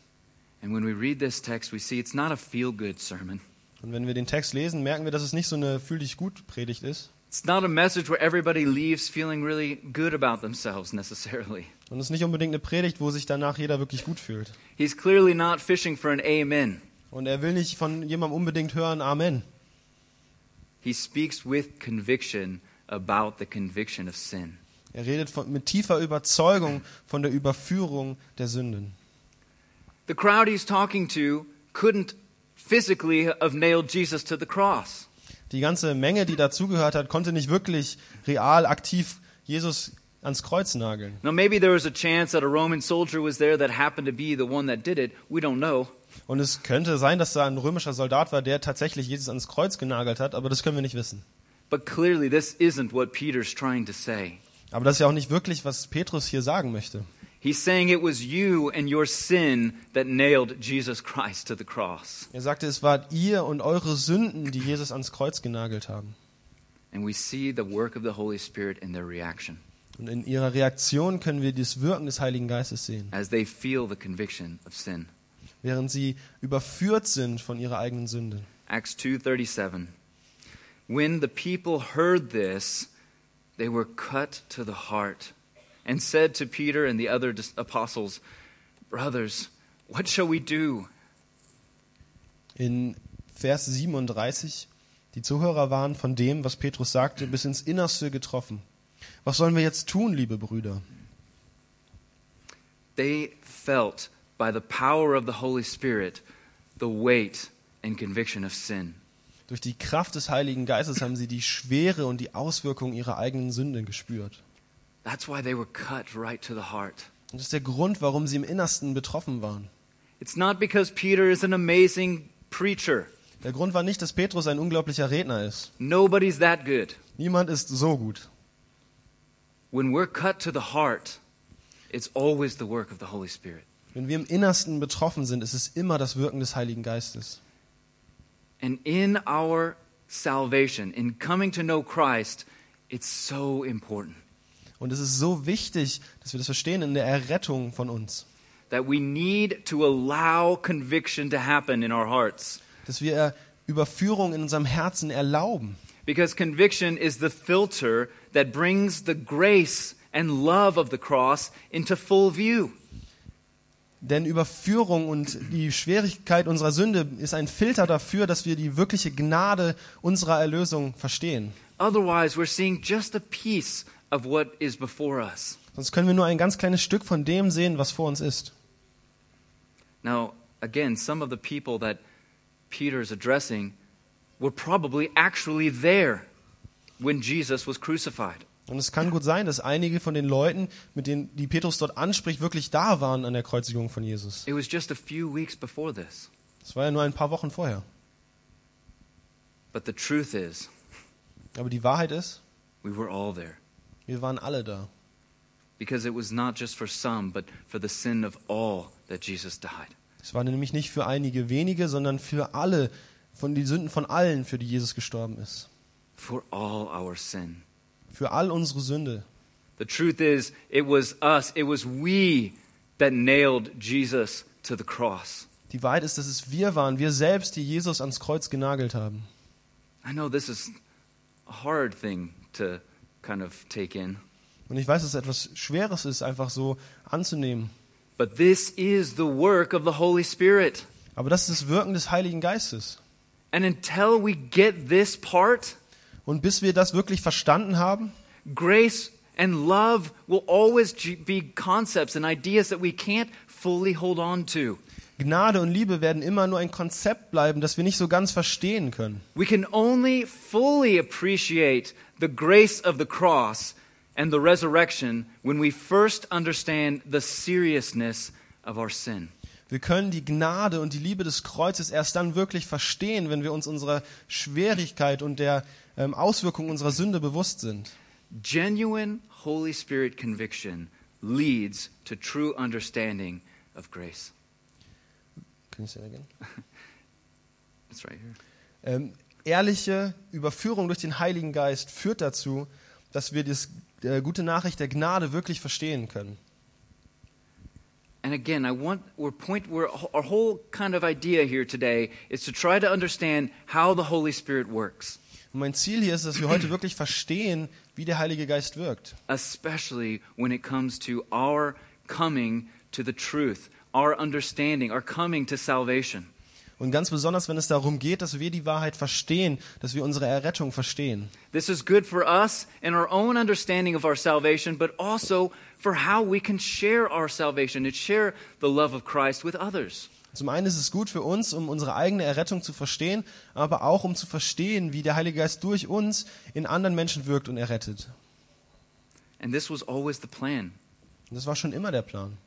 S1: And when we read this text, we see it's not a feel good sermon.
S2: Und wenn wir den Text lesen, merken wir, dass es nicht so eine fühl dich gut Predigt ist.
S1: It's not a message where everybody leaves feeling really good about themselves necessarily.
S2: Und es ist nicht unbedingt eine Predigt, wo sich danach jeder wirklich gut fühlt.
S1: He's clearly not fishing for an amen.
S2: Und er will nicht von jemandem unbedingt hören, Amen.
S1: He speaks with conviction about the conviction of sin.
S2: Er redet von, mit tiefer Überzeugung von der Überführung der Sünden.
S1: The crowd he's talking to couldn't physically have nailed Jesus to the cross.
S2: Die ganze Menge, die dazugehört hat, konnte nicht wirklich real aktiv Jesus ans Kreuz nageln.
S1: Now, maybe there was a chance that a Roman soldier was there that happened to be the one that did it. We don't know.
S2: Und es könnte sein, dass da ein römischer Soldat war, der tatsächlich Jesus ans Kreuz genagelt hat, aber das können wir nicht wissen.
S1: But clearly, this isn't what Peter's trying to say.
S2: Aber das ist ja auch nicht wirklich, was Petrus hier sagen möchte.
S1: He's saying it was you and your sin that nailed Jesus Christ to the cross.
S2: Er sagte, es wart ihr und eure Sünden, die Jesus ans Kreuz genagelt haben.
S1: And we see the work of the Holy Spirit in their reaction
S2: Und in ihrer Reaktion können wir das Wirken des Heiligen Geistes sehen,
S1: as they feel the conviction of sin.
S2: während sie überführt sind von ihrer eigenen Sünde.
S1: Acts 2:37. When the people heard this, they were cut to the heart and said to Peter and the other dis- apostles, "Brothers, what shall we do?"
S2: In Vers 37, die Zuhörer waren von dem, was Petrus sagte, bis ins Innerste getroffen. Was sollen wir jetzt tun, liebe Brüder?
S1: They felt by the power of the Holy Spirit the weight and conviction of sin.
S2: Durch die Kraft des Heiligen Geistes haben sie die Schwere und die Auswirkungen ihrer eigenen Sünde gespürt.
S1: That's why they were cut right to the heart.
S2: Und das ist der Grund, warum sie im Innersten betroffen waren.
S1: It's not because Peter is an amazing preacher.
S2: Der Grund war nicht, dass Petrus ein unglaublicher Redner ist.
S1: Nobody's that good.
S2: Niemand ist so gut.
S1: When we're cut to the heart, it's always the work of the Holy Spirit.
S2: Wenn wir im Innersten betroffen sind, ist es immer das Wirken des Heiligen Geistes.
S1: And in our salvation, in coming to know Christ, it's so important
S2: Und es ist so wichtig, dass wir das verstehen in der Errettung von uns.
S1: that we need to allow conviction to happen in our hearts.
S2: Dass wir Überführung in unserem Herzen erlauben.
S1: Because conviction is the filter that brings the grace and love of the cross into full view.
S2: Denn Überführung und die Schwierigkeit unserer Sünde ist ein Filter dafür, dass wir die wirkliche Gnade unserer Erlösung verstehen.
S1: Otherwise, we're seeing just a piece of what is before us.
S2: Sonst können wir nur ein ganz kleines Stück von dem sehen, was vor uns ist.
S1: Now, again, some of the people that Peter is addressing were probably actually there. when Jesus was crucified.
S2: Und es kann gut sein, dass einige von den Leuten, mit denen die Petrus dort anspricht, wirklich da waren an der Kreuzigung von Jesus.
S1: It was just a few weeks before this.
S2: Das war ja nur ein paar Wochen vorher.
S1: But the truth is,
S2: Aber die Wahrheit ist,
S1: we were all there
S2: wir waren alle da.
S1: because it was not just for some, but for the sin of all that Jesus died.
S2: Es war nämlich nicht für einige wenige, sondern für alle, von den Sünden von allen, für die Jesus gestorben ist.
S1: For all our sin.
S2: Für all unsere Sünde.
S1: The truth is, it was us, it was we that nailed Jesus to the cross.
S2: Die Wahrheit ist, dass es wir waren, wir selbst, die Jesus ans Kreuz genagelt haben.
S1: I know this is a hard thing to kind of take in,
S2: Und ich weiß, dass es etwas Schweres ist, einfach so anzunehmen.
S1: but this is the work of the Holy Spirit.
S2: Aber das ist das Wirken des Heiligen Geistes.
S1: And until we get this part,
S2: Und bis wir das wirklich verstanden haben,
S1: grace and love will always g- be concepts and ideas that we can't fully hold on to.
S2: Gnade und Liebe werden immer nur ein Konzept bleiben, das wir nicht so ganz verstehen können.
S1: We can only fully appreciate the grace of the cross and the resurrection when we first understand the seriousness of our sin.
S2: Wir können die Gnade und die Liebe des Kreuzes erst dann wirklich verstehen, wenn wir uns unserer Schwierigkeit und der ähm, Auswirkung unserer Sünde bewusst sind.
S1: Genuine Holy Spirit conviction leads to true understanding of grace.
S2: Can you say that again?
S1: It's right here.
S2: Ähm, ehrliche Überführung durch den Heiligen Geist führt dazu, dass wir die äh, gute Nachricht der Gnade wirklich verstehen können.
S1: And again, I want we're point we're, our whole kind of idea here today is to try to understand how the Holy Spirit works,
S2: Und mein Ziel hier ist, dass wir heute wirklich verstehen, wie der Heilige Geist wirkt.
S1: especially when it comes to our coming to the truth, our understanding, our coming to salvation.
S2: Und ganz besonders, wenn es darum geht, dass wir die Wahrheit verstehen, dass wir unsere Errettung verstehen.
S1: This is good for us and our own understanding of our salvation, but also for how we can share our salvation and share the love of Christ with others.
S2: Zum einen ist es gut für uns, um unsere eigene Errettung zu verstehen, aber auch um zu verstehen, wie der Heilige Geist durch uns in anderen Menschen wirkt und errettet.
S1: And this was always the plan.
S2: Und das war schon immer der Plan.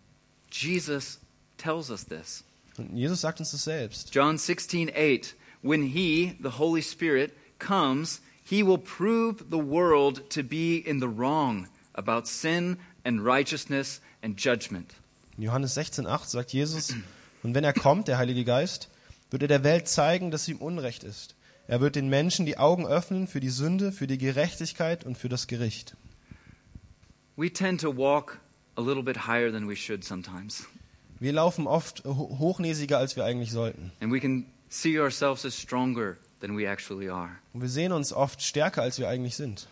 S1: Jesus tells us this.
S2: Und Jesus sagt uns das selbst.
S1: John 16, 8. When he, the Holy Spirit, comes, he will prove the world to be in the wrong about sin and righteousness and judgment.
S2: In Johannes 16,8 sagt Jesus, und wenn er kommt, der Heilige Geist, wird er der Welt zeigen, dass ihm Unrecht ist. Er wird den Menschen die Augen öffnen für die Sünde, für die Gerechtigkeit und für das Gericht.
S1: We tend to walk a little bit higher than we should sometimes,
S2: Wir laufen oft ho- hochnäsiger, als wir eigentlich sollten.
S1: and we can see ourselves as stronger than we actually are.
S2: Und wir sehen uns oft stärker, als wir eigentlich sind.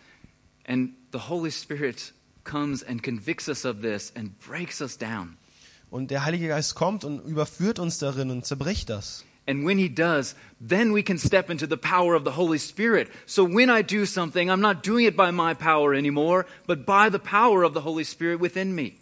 S1: And the Holy Spirit comes and convicts us of this and breaks us down.
S2: Und der Heilige Geist kommt und überführt uns darin und zerbricht das.
S1: And when he does, then we can step into the power of the Holy Spirit. So when I do something, I'm not doing it by my power anymore, but by the power of the Holy Spirit within me.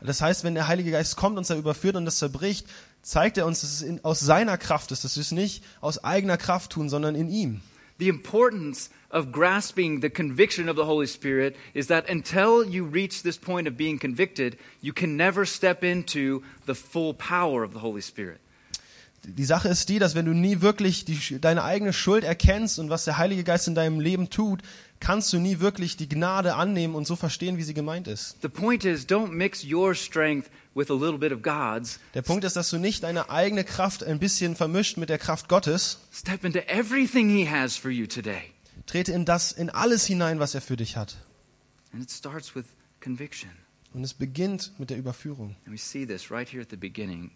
S2: Das heißt, wenn der Heilige Geist kommt und uns da überführt und das zerbricht, zeigt er uns, dass es in, aus seiner Kraft ist, dass wir es nicht aus eigener Kraft tun, sondern in ihm.
S1: The importance of grasping the conviction of the Holy Spirit is that until you reach this point of being convicted, you can never step into the full power of the Holy Spirit.
S2: Die Sache ist die, dass wenn du nie wirklich die, Sch- deine eigene Schuld erkennst und was der Heilige Geist in deinem Leben tut, kannst du nie wirklich die Gnade annehmen und so verstehen, wie sie gemeint ist.
S1: The point is, don't mix your strength with a little bit of God's.
S2: Der Punkt ist, dass du nicht deine eigene Kraft ein bisschen vermischt mit der Kraft Gottes.
S1: Step into everything He has for you today.
S2: Trete in das, in alles hinein, was er für dich hat.
S1: And it starts with conviction.
S2: Und es beginnt mit der Überführung.
S1: And we see this right here at the beginning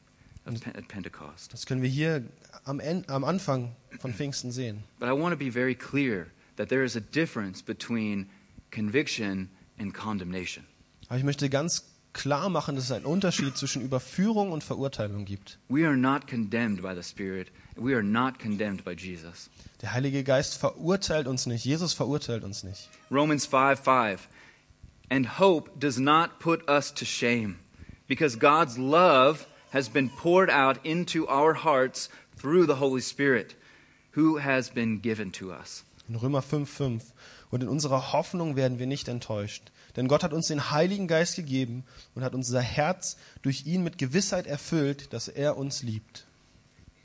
S1: of Pen- at Pentecost.
S2: Das können wir hier am, En- am Anfang von Pfingsten sehen.
S1: But I want to be very clear that there is a difference between conviction and condemnation.
S2: Aber ich möchte ganz klar machen, dass es einen Unterschied zwischen Überführung und Verurteilung gibt.
S1: We are not condemned by the Spirit. We are not condemned by Jesus.
S2: Der Heilige Geist verurteilt uns nicht. Jesus verurteilt uns nicht.
S1: Romans 5 5. And hope does not put us to shame, because God's love has been poured out into our hearts through the Holy Spirit, who has been given to us.
S2: In Römer 5,5. Und in unserer Hoffnung werden wir nicht enttäuscht. Denn Gott hat uns den Heiligen Geist gegeben und hat unser Herz durch ihn mit Gewissheit erfüllt, dass er uns liebt.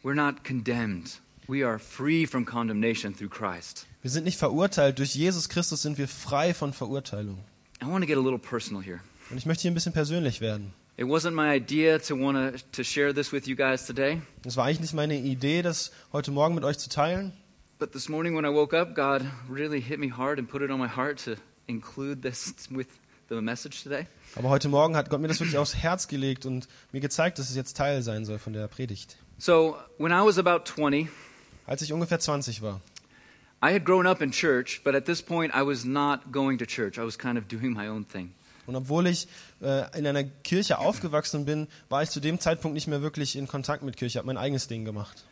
S1: We're not condemned. We are free from condemnation through Christ.
S2: Wir sind nicht verurteilt. Durch Jesus Christus sind wir frei von Verurteilung.
S1: I want to get a little personal here.
S2: Und ich möchte hier ein bisschen persönlich werden.
S1: It wasn't my idea to want to, to share this with you guys today,
S2: Es war eigentlich nicht meine Idee, das heute Morgen mit euch zu teilen.
S1: but this morning when I woke up, God really hit me hard and put it on my heart to include this <laughs> with the message today.
S2: Aber heute Morgen hat Gott mir das wirklich aufs Herz gelegt und mir gezeigt, dass es jetzt Teil sein soll von der Predigt.
S1: So, when I was about 20,
S2: Als ich ungefähr 20 war,
S1: I had grown up in church, but at this point I was not going to church. I was kind of <laughs> doing my own thing.
S2: und obwohl ich äh, in einer Kirche aufgewachsen bin, war ich zu dem Zeitpunkt nicht mehr wirklich in Kontakt mit Kirche, habe mein eigenes Ding gemacht.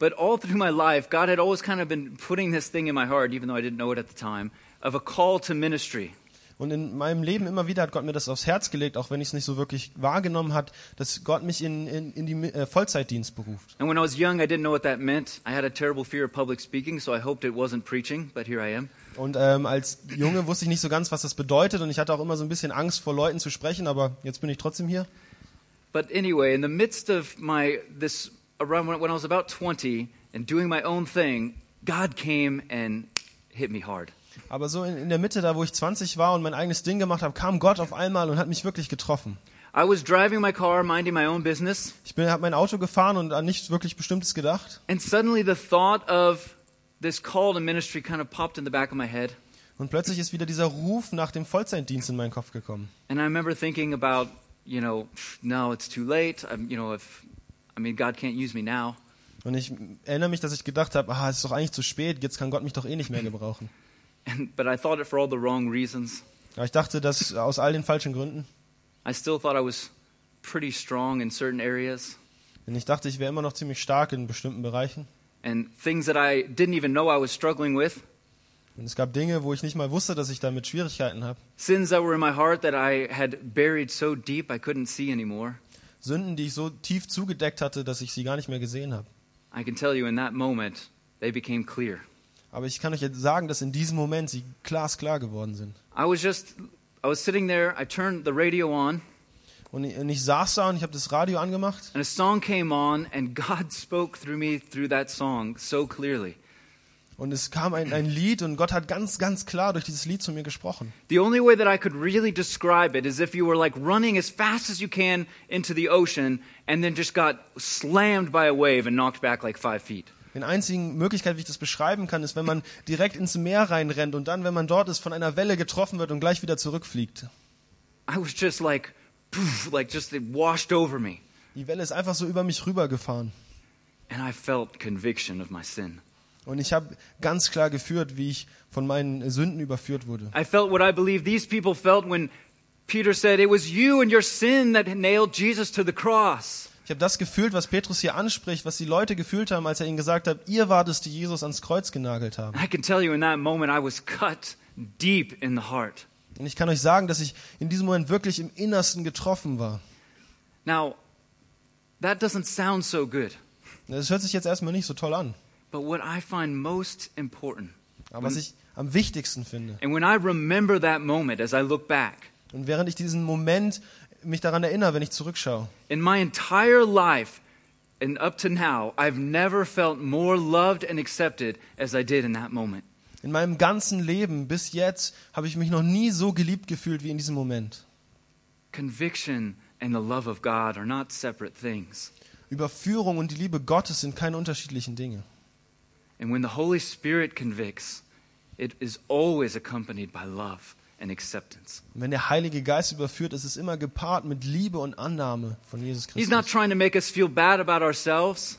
S1: But all through my life, God had always kind of been putting this thing in my heart, even though I didn't know it at the time, of a call to ministry.
S2: Und in meinem Leben immer wieder hat Gott mir das aufs Herz gelegt, auch wenn ich es nicht so wirklich wahrgenommen hat, dass Gott mich in, in, in die äh, Vollzeitdienst beruft.
S1: And when I was young, I didn't know what that meant. I had a terrible fear of public speaking, so I hoped it wasn't preaching, but here I am.
S2: Und ähm, als Junge wusste ich nicht so ganz, was das bedeutet und ich hatte auch immer so ein bisschen Angst vor Leuten zu sprechen, aber jetzt bin ich trotzdem hier.
S1: But anyway, in the midst of my this around when when I was about 20 and doing my own thing, God came and hit me hard.
S2: Aber so in, in der Mitte, da wo ich 20 war und mein eigenes Ding gemacht habe, kam Gott auf einmal und hat mich wirklich getroffen.
S1: I was driving my car, minding my own business,
S2: Ich bin, habe mein Auto gefahren und an nichts wirklich Bestimmtes gedacht.
S1: and suddenly the thought of this call to ministry kind of popped in the back of my head.
S2: Und plötzlich ist wieder dieser Ruf nach dem Vollzeitdienst in meinen Kopf gekommen.
S1: And I remember thinking about, you know, no, it's too late. I'm, you know, if I mean, God can't use me now. <laughs>
S2: Und ich erinnere mich, dass ich gedacht habe, ah, es ist doch eigentlich zu spät, jetzt kann Gott mich doch eh nicht mehr gebrauchen.
S1: And, but I thought it for all the wrong reasons.
S2: Aber ich dachte, dass aus all den falschen Gründen.
S1: I still thought I was pretty strong in certain areas
S2: Denn ich dachte, ich wäre immer noch ziemlich stark in bestimmten Bereichen.
S1: and things that I didn't even know I was struggling with,
S2: Und es gab Dinge, wo ich nicht mal wusste, dass ich damit Schwierigkeiten habe.
S1: sins that were in my heart that I had buried so deep I couldn't see anymore.
S2: Sünden, die ich so tief zugedeckt hatte, dass ich sie gar nicht mehr gesehen habe.
S1: I can tell you in that moment, they became clear.
S2: Aber ich kann euch jetzt sagen, dass in diesem Moment sie glasklar geworden sind.
S1: I was just, I was sitting there, I turned the radio on,
S2: Und ich, und ich saß da und ich habe das Radio angemacht
S1: and a song came on, and <laughs> God spoke through me through that song so clearly.
S2: und es kam ein, ein Lied und Gott hat ganz, ganz klar durch dieses Lied zu mir gesprochen.
S1: The only way that I could really describe it is if you were like running as fast as you can into the ocean and then just got slammed by a wave and knocked back like five feet.
S2: Die einzige Möglichkeit, wie ich das beschreiben kann, ist, wenn man direkt ins Meer reinrennt und dann, wenn man dort ist, von einer Welle getroffen wird und gleich wieder zurückfliegt.
S1: I was just like, poof, like just it washed over me.
S2: Die Welle ist einfach so über mich rübergefahren.
S1: And I felt conviction of my sin.
S2: Und ich habe ganz klar geführt, wie ich von meinen Sünden überführt wurde.
S1: I felt what I believe these people felt when Peter said, It was you and your sin that nailed Jesus to the cross.
S2: Ich habe das gefühlt, was Petrus hier anspricht, was die Leute gefühlt haben, als er ihnen gesagt hat, ihr wart es, die Jesus ans Kreuz genagelt haben.
S1: And I can tell you in that moment, I was cut deep in the heart.
S2: Und ich kann euch sagen, dass ich in diesem Moment wirklich im Innersten getroffen war.
S1: Now, that doesn't sound so good.
S2: Das hört sich jetzt erstmal nicht so toll an.
S1: But what I find most important,
S2: Aber was ich am wichtigsten finde.
S1: and when I remember that moment as I look back,
S2: Und während ich diesen Moment mich daran erinnere, wenn ich zurückschaue,
S1: in my entire life and up to now, I've never felt more loved and accepted as I did in that moment.
S2: in meinem ganzen Leben bis jetzt habe ich mich noch nie so geliebt gefühlt wie in diesem Moment.
S1: Conviction and the love of God are not separate things.
S2: Überführung und die Liebe Gottes sind keine unterschiedlichen Dinge.
S1: And when the Holy Spirit convicts, it is always accompanied by love and acceptance.
S2: Und wenn der Heilige Geist überführt, ist es immer gepaart mit Liebe und Annahme von Jesus
S1: He's not
S2: Christus.
S1: trying to make us feel bad about ourselves.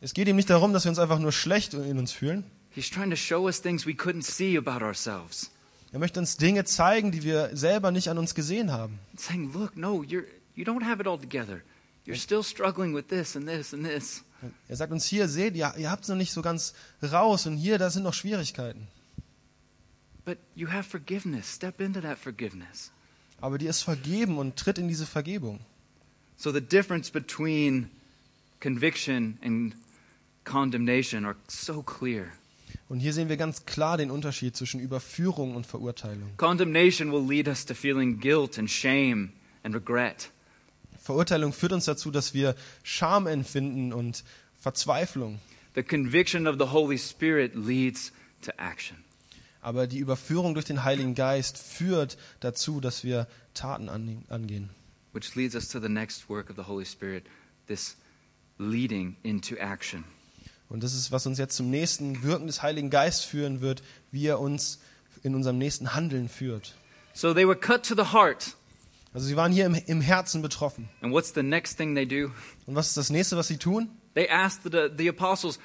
S2: Es geht ihm nicht darum, dass wir uns einfach nur schlecht in uns fühlen.
S1: He's trying to show us things we couldn't see about ourselves.
S2: Er möchte uns Dinge zeigen, die wir selber nicht an uns gesehen haben.
S1: saying, "Look, no, you're you don't have it all together. You're still struggling with this and this and this."
S2: Er sagt uns hier, seht, ihr, ihr habt es noch nicht so ganz raus und hier, da sind noch Schwierigkeiten.
S1: But you have forgiveness. Step into that forgiveness.
S2: Aber dir ist vergeben und tritt in diese Vergebung.
S1: So the difference between conviction and condemnation are so clear.
S2: Und hier sehen wir ganz klar den Unterschied zwischen Überführung und Verurteilung.
S1: Condemnation will lead us to feeling guilt and shame and regret.
S2: Verurteilung führt uns dazu, dass wir Scham empfinden und Verzweiflung.
S1: The conviction of the Holy Spirit leads to action.
S2: Aber die Überführung durch den Heiligen Geist führt dazu, dass wir Taten anne- angehen.
S1: which leads us to the next work of the Holy Spirit, this leading into action.
S2: Und das ist, was uns jetzt zum nächsten Wirken des Heiligen Geistes führen wird, wie er uns in unserem nächsten Handeln führt.
S1: So they were cut to the heart.
S2: Also sie waren hier im, im Herzen betroffen.
S1: And what's the next thing they do?
S2: Und was ist das nächste, was sie tun?
S1: They ask the, the apostles,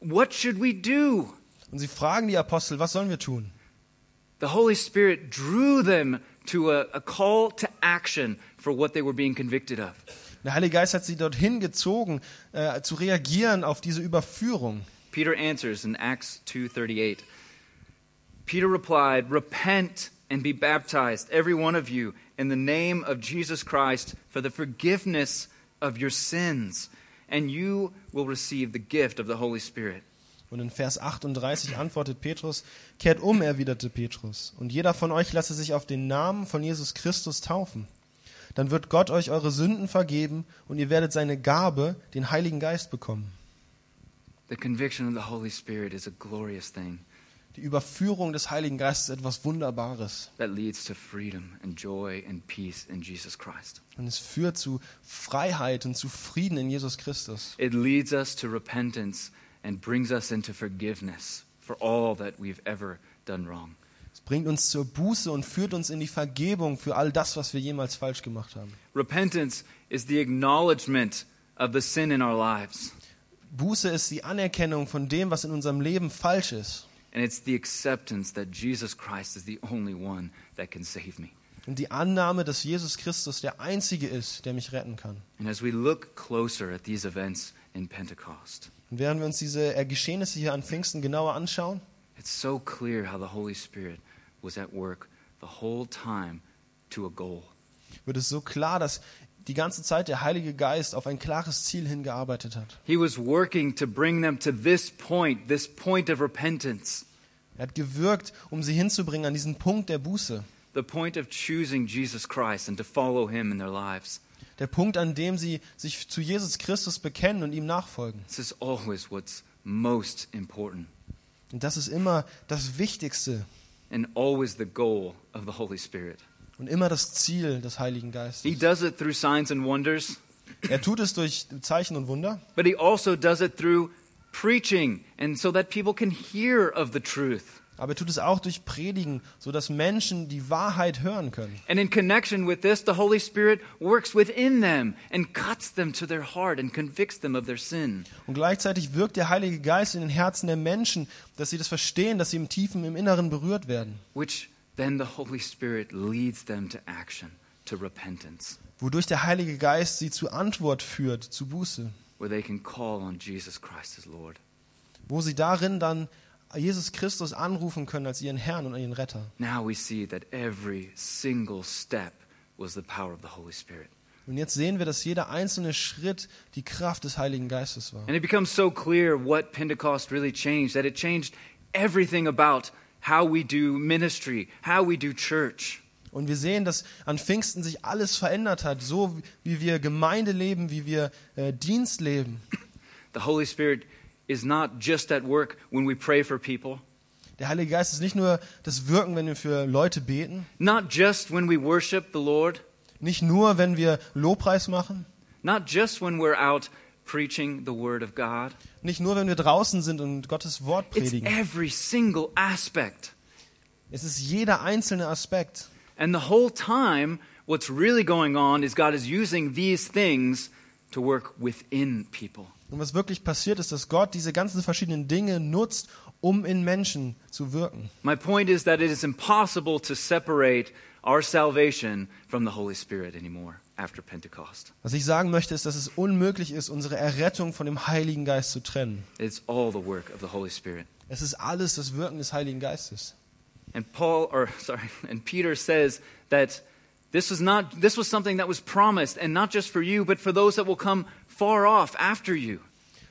S1: What should we do?
S2: Und sie fragen die Apostel, was sollen wir tun?
S1: The Holy Spirit drew them to a, a call to action for what they were being convicted of.
S2: Der Heilige Geist hat sie dorthin gezogen, äh, zu reagieren auf diese Überführung.
S1: Peter answers in Acts 2:38. Peter replied, "Repent and be baptized every one of you in the name of Jesus Christ for the forgiveness of your sins, and you will receive the gift of the Holy Spirit."
S2: Und in Vers 38 antwortet Petrus, kehrt um, erwiderte Petrus, und jeder von euch lasse sich auf den Namen von Jesus Christus taufen. Dann wird Gott euch eure Sünden vergeben und ihr werdet seine Gabe, den Heiligen Geist, bekommen.
S1: The conviction of the Holy Spirit is a glorious thing
S2: Die Überführung des Heiligen Geistes ist etwas Wunderbares
S1: that leads to freedom and joy and peace in Jesus Christ.
S2: und es führt zu Freiheit und zu Frieden in Jesus Christus.
S1: It leads us to repentance and brings us into forgiveness for all that we've ever done wrong.
S2: Es bringt uns zur Buße und führt uns in die Vergebung für all das, was wir jemals falsch gemacht haben.
S1: Repentance is the acknowledgement of the sin in our lives,
S2: Buße ist die Anerkennung von dem, was in unserem Leben falsch ist.
S1: and it's the acceptance that Jesus Christ is the only one that can save me.
S2: Und die Annahme, dass Jesus Christus der Einzige ist, der mich retten kann.
S1: And as we look closer at these events in Pentecost,
S2: Und während wir uns diese äh, Geschehnisse hier an Pfingsten genauer anschauen,
S1: it's so clear how the Holy Spirit was at work the whole time to a goal.
S2: wird es so klar, dass die ganze Zeit der Heilige Geist auf ein klares Ziel hingearbeitet hat.
S1: He was working to bring them to this point, this point of repentance,
S2: Er hat gewirkt, um sie hinzubringen an diesen Punkt der Buße.
S1: the point of choosing Jesus Christ and to follow him in their lives.
S2: Der Punkt, an dem sie sich zu Jesus Christus bekennen und ihm nachfolgen.
S1: This is always what's most important.
S2: Und das ist immer das Wichtigste
S1: and always the goal of the Holy Spirit.
S2: und immer das Ziel des Heiligen
S1: He
S2: Geistes.
S1: does it through signs and wonders,
S2: Er tut es durch Zeichen und Wunder,
S1: but he also does it through preaching and so that people can hear of the truth.
S2: aber er tut es auch durch Predigen, sodass Menschen die Wahrheit hören können.
S1: And in connection with this, the Holy Spirit works within them and cuts them to their heart and convicts them of their sin.
S2: Und gleichzeitig wirkt der Heilige Geist in den Herzen der Menschen, dass sie das verstehen, dass sie im Tiefen, im Inneren berührt werden.
S1: Which then the Holy Spirit leads them to action, to repentance,
S2: Wodurch der Heilige Geist sie zu Antwort führt, zu Buße.
S1: where they can call on Jesus Christ as Lord.
S2: Wo sie darin dann Jesus Christus anrufen können als ihren Herrn und ihren Retter.
S1: Now we see that every single step was the power of the Holy Spirit.
S2: Und jetzt sehen wir, dass jeder einzelne Schritt die Kraft des Heiligen Geistes war.
S1: And it becomes so clear what Pentecost really changed, that it changed everything about how we do ministry, how we do church.
S2: Und wir sehen, dass an Pfingsten sich alles verändert hat, so wie wir Gemeinde leben, wie wir äh, Dienst leben.
S1: The Holy Spirit is not just at work when we pray for people,
S2: Der Heilige Geist ist nicht nur das Wirken, wenn wir für Leute beten,
S1: not just when we worship the Lord,
S2: nicht nur, wenn wir Lobpreis machen,
S1: not just when we're out preaching the Word of God.
S2: nicht nur, wenn wir draußen sind und Gottes Wort
S1: It's
S2: predigen.
S1: every single aspect.
S2: Es ist jeder einzelne Aspekt.
S1: And the whole time, what's really going on is God is using these things to work within people.
S2: Und was wirklich passiert ist, dass Gott diese ganzen verschiedenen Dinge nutzt, um in Menschen zu wirken.
S1: My point is that it is impossible to separate our salvation from the Holy Spirit anymore after Pentecost.
S2: Was ich sagen möchte, ist, dass es unmöglich ist, unsere Errettung von dem Heiligen Geist zu trennen.
S1: It's all the work of the Holy Spirit.
S2: Es ist alles das Wirken des Heiligen Geistes.
S1: And Paul or <laughs> sorry, and Peter says that this was not this was something that was promised and not just for you but for those that will come far off after you.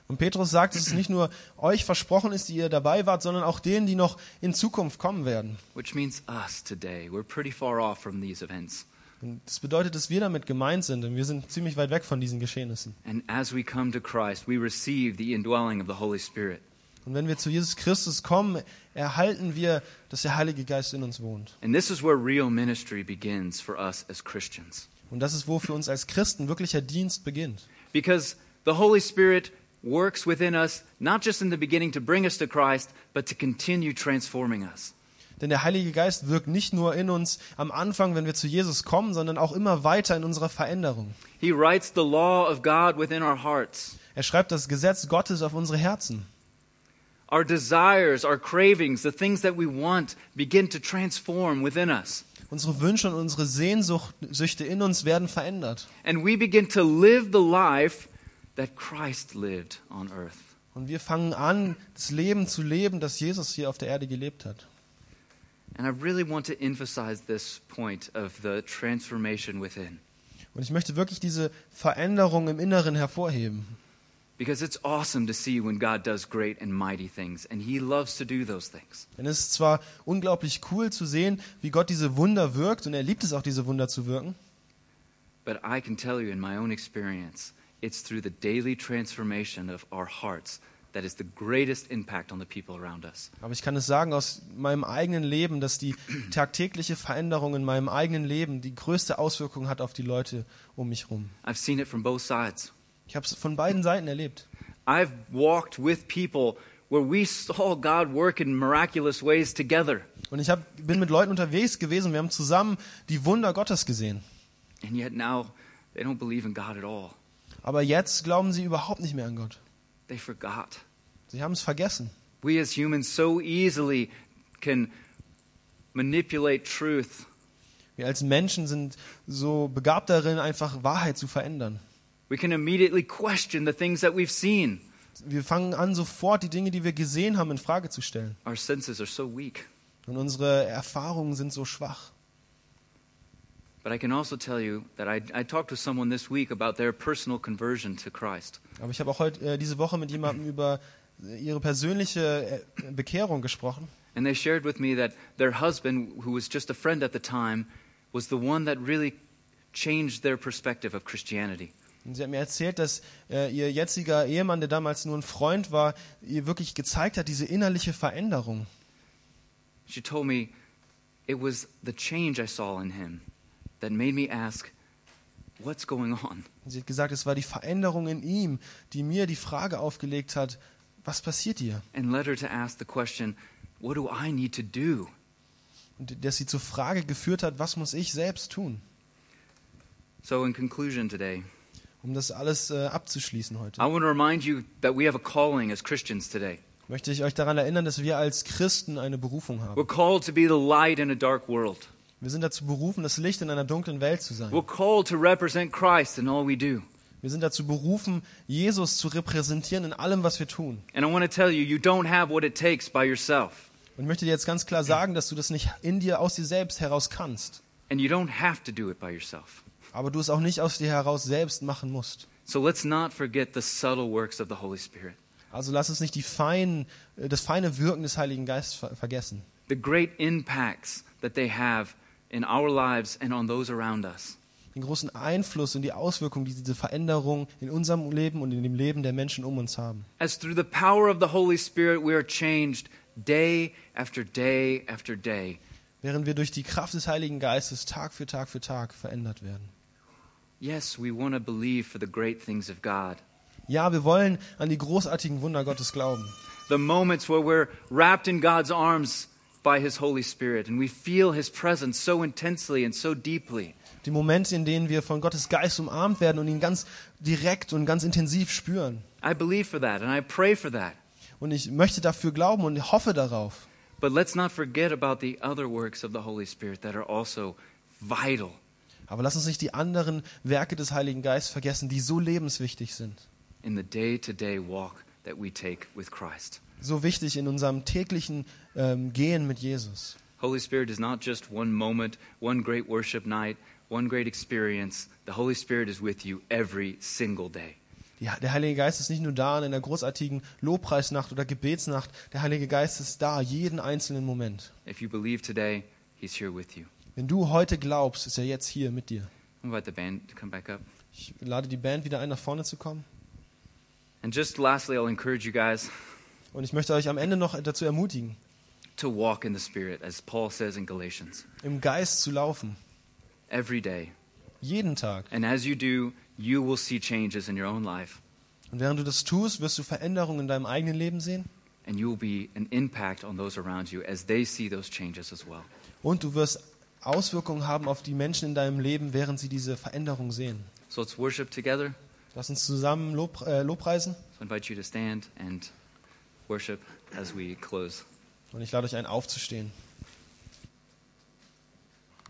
S2: Und Petrus sagt, dass es nicht nur euch versprochen ist, die ihr dabei wart, sondern auch denen, die noch in Zukunft kommen werden.
S1: which means us today. We're pretty far off from these events.
S2: Und das bedeutet, dass wir damit gemeint sind, denn wir sind ziemlich weit weg von diesen Geschehnissen.
S1: And as we come to Christ, we receive the indwelling of the Holy Spirit.
S2: Und wenn wir zu Jesus Christus kommen, erhalten wir, dass der Heilige Geist in uns wohnt.
S1: And this is where real ministry begins for us as Christians.
S2: Und das ist, wo für uns als Christen wirklicher Dienst beginnt.
S1: Because the Holy Spirit works within us, not just in the beginning to bring us to Christ, but to continue transforming us.
S2: Denn der Heilige Geist wirkt nicht nur in uns am Anfang, wenn wir zu Jesus kommen, sondern auch immer weiter in unserer Veränderung.
S1: He writes the law of God within our hearts.
S2: Er schreibt das Gesetz Gottes auf unsere Herzen.
S1: Our desires, our cravings, the things that we want begin to transform within us.
S2: Unsere Wünsche und unsere Sehnsüchte in uns werden verändert.
S1: And we begin to live the life that Christ lived on earth.
S2: Und wir fangen an, das Leben zu leben, das Jesus hier auf der Erde gelebt hat.
S1: And I really want to emphasize this point of the transformation within
S2: Und ich möchte wirklich diese Veränderung im Inneren hervorheben.
S1: because it's awesome to see when God does great and mighty things, and He loves to do those things.
S2: Denn es ist zwar unglaublich cool zu sehen, wie Gott diese Wunder wirkt, und er liebt es auch, diese Wunder zu wirken,
S1: But I can tell you in my own experience, it's through the daily transformation of our hearts that is the greatest impact on the people around us.
S2: aber ich kann es sagen aus meinem eigenen Leben, dass die tagtägliche Veränderung in meinem eigenen Leben die größte Auswirkung hat auf die Leute um mich herum.
S1: I've seen it from both sides.
S2: Ich habe es von beiden Seiten erlebt.
S1: I've walked with people where we saw God work in miraculous ways together,
S2: Und ich hab, bin mit Leuten unterwegs gewesen, wir haben zusammen die Wunder Gottes gesehen.
S1: and yet now they don't believe in God at all.
S2: Aber jetzt glauben sie überhaupt nicht mehr an Gott.
S1: They forgot.
S2: Sie haben es vergessen.
S1: We as humans so easily can manipulate truth,
S2: Wir als Menschen sind so begabt darin, einfach Wahrheit zu verändern.
S1: we can immediately question the things that we've seen.
S2: Wir fangen an, sofort die Dinge, die wir gesehen haben, in Frage zu stellen.
S1: Our senses are so weak.
S2: Und unsere Erfahrungen sind so schwach.
S1: But I can also tell you that I, I talked with someone this week about their personal conversion to Christ.
S2: Aber ich habe auch heute, äh, diese Woche mit jemandem über äh, ihre persönliche äh, Bekehrung gesprochen.
S1: And they shared with me that their husband, who was just a friend at the time, was the one that really changed their perspective of Christianity.
S2: Und sie hat mir erzählt, dass äh, ihr jetziger Ehemann, der damals nur ein Freund war, ihr wirklich gezeigt hat, diese innerliche Veränderung.
S1: She told me it was the change I saw in him that made me ask, What's going on?
S2: Sie hat gesagt, es war die Veränderung in ihm, die mir die Frage aufgelegt hat, was passiert hier?
S1: And led her to ask the question, What do I need to do?
S2: Und dass sie zur Frage geführt hat, was muss ich selbst tun?
S1: So, in conclusion today,
S2: Um das alles äh, abzuschließen heute,
S1: I want to remind you that we have a calling as Christians today.
S2: möchte ich euch daran erinnern, dass wir als Christen eine Berufung haben.
S1: We're called to be the light in a dark world.
S2: Wir sind dazu berufen, das Licht in einer dunklen Welt zu sein.
S1: We're called to represent Christ in all we do.
S2: Wir sind dazu berufen, Jesus zu repräsentieren in allem, was wir tun.
S1: And I want to tell you, you don't have what it takes by yourself.
S2: Und ich möchte dir jetzt ganz klar sagen, dass du das nicht in dir aus dir selbst heraus kannst,
S1: And you don't have to do it by yourself.
S2: aber du es auch nicht aus dir heraus selbst machen musst.
S1: So let's not forget the subtle works of the Holy Spirit,
S2: Also lass uns nicht die feinen, äh, das feine Wirken des Heiligen Geistes ver vergessen.
S1: the great impacts that they have in our lives and on those around us.
S2: Den großen Einfluss und die Auswirkung, die diese Veränderung in unserem Leben und in dem Leben der Menschen um uns haben.
S1: As through the power of the Holy Spirit, we are changed day after day after day.
S2: Während wir durch die Kraft des Heiligen Geistes Tag für Tag für Tag verändert werden.
S1: Yes, we want to believe for the great things of God.
S2: Ja, wir wollen an die großartigen Wunder Gottes glauben.
S1: the moments where we're wrapped in God's arms by His Holy Spirit and we feel His presence so intensely and so deeply.
S2: Die Momente, in denen wir von Gottes Geist umarmt werden und ihn ganz direkt und ganz intensiv spüren.
S1: I believe for that and I pray for that.
S2: Und ich möchte dafür glauben und hoffe darauf.
S1: But let's not forget about the other works of the Holy Spirit that are also vital.
S2: Aber lass uns nicht die anderen Werke des Heiligen Geistes vergessen, die so lebenswichtig sind.
S1: In the day to day walk that we take with Christ,
S2: So wichtig in unserem täglichen ähm, Gehen mit Jesus.
S1: Holy Spirit is not just one moment, one great worship night, one great experience. The Holy Spirit is with you every single day.
S2: Ja, der Heilige Geist ist nicht nur da in einer großartigen Lobpreisnacht oder Gebetsnacht. Der Heilige Geist ist da, jeden einzelnen Moment.
S1: If you believe today, He's here with you.
S2: Wenn du heute glaubst, ist er jetzt hier mit dir.
S1: I'm about the band to come back up.
S2: Ich lade die Band wieder ein, nach vorne zu kommen.
S1: And just lastly, I'll encourage you guys
S2: Und ich möchte euch am Ende noch dazu ermutigen,
S1: to walk in the Spirit, as Paul says in Galatians,
S2: im Geist zu laufen.
S1: every day.
S2: Jeden Tag.
S1: And as you do, you will see changes in your own life,
S2: Und während du das tust, wirst du Veränderungen in deinem eigenen Leben sehen.
S1: and you will be an impact on those around you as they see those changes as well.
S2: Und du wirst Auswirkungen haben auf die Menschen in deinem Leben, während sie diese Veränderung sehen.
S1: So let's worship together.
S2: Lass uns zusammen Lob, äh, Lobpreisen.
S1: So I invite you to stand and worship as we close.
S2: Und ich lade euch ein, aufzustehen.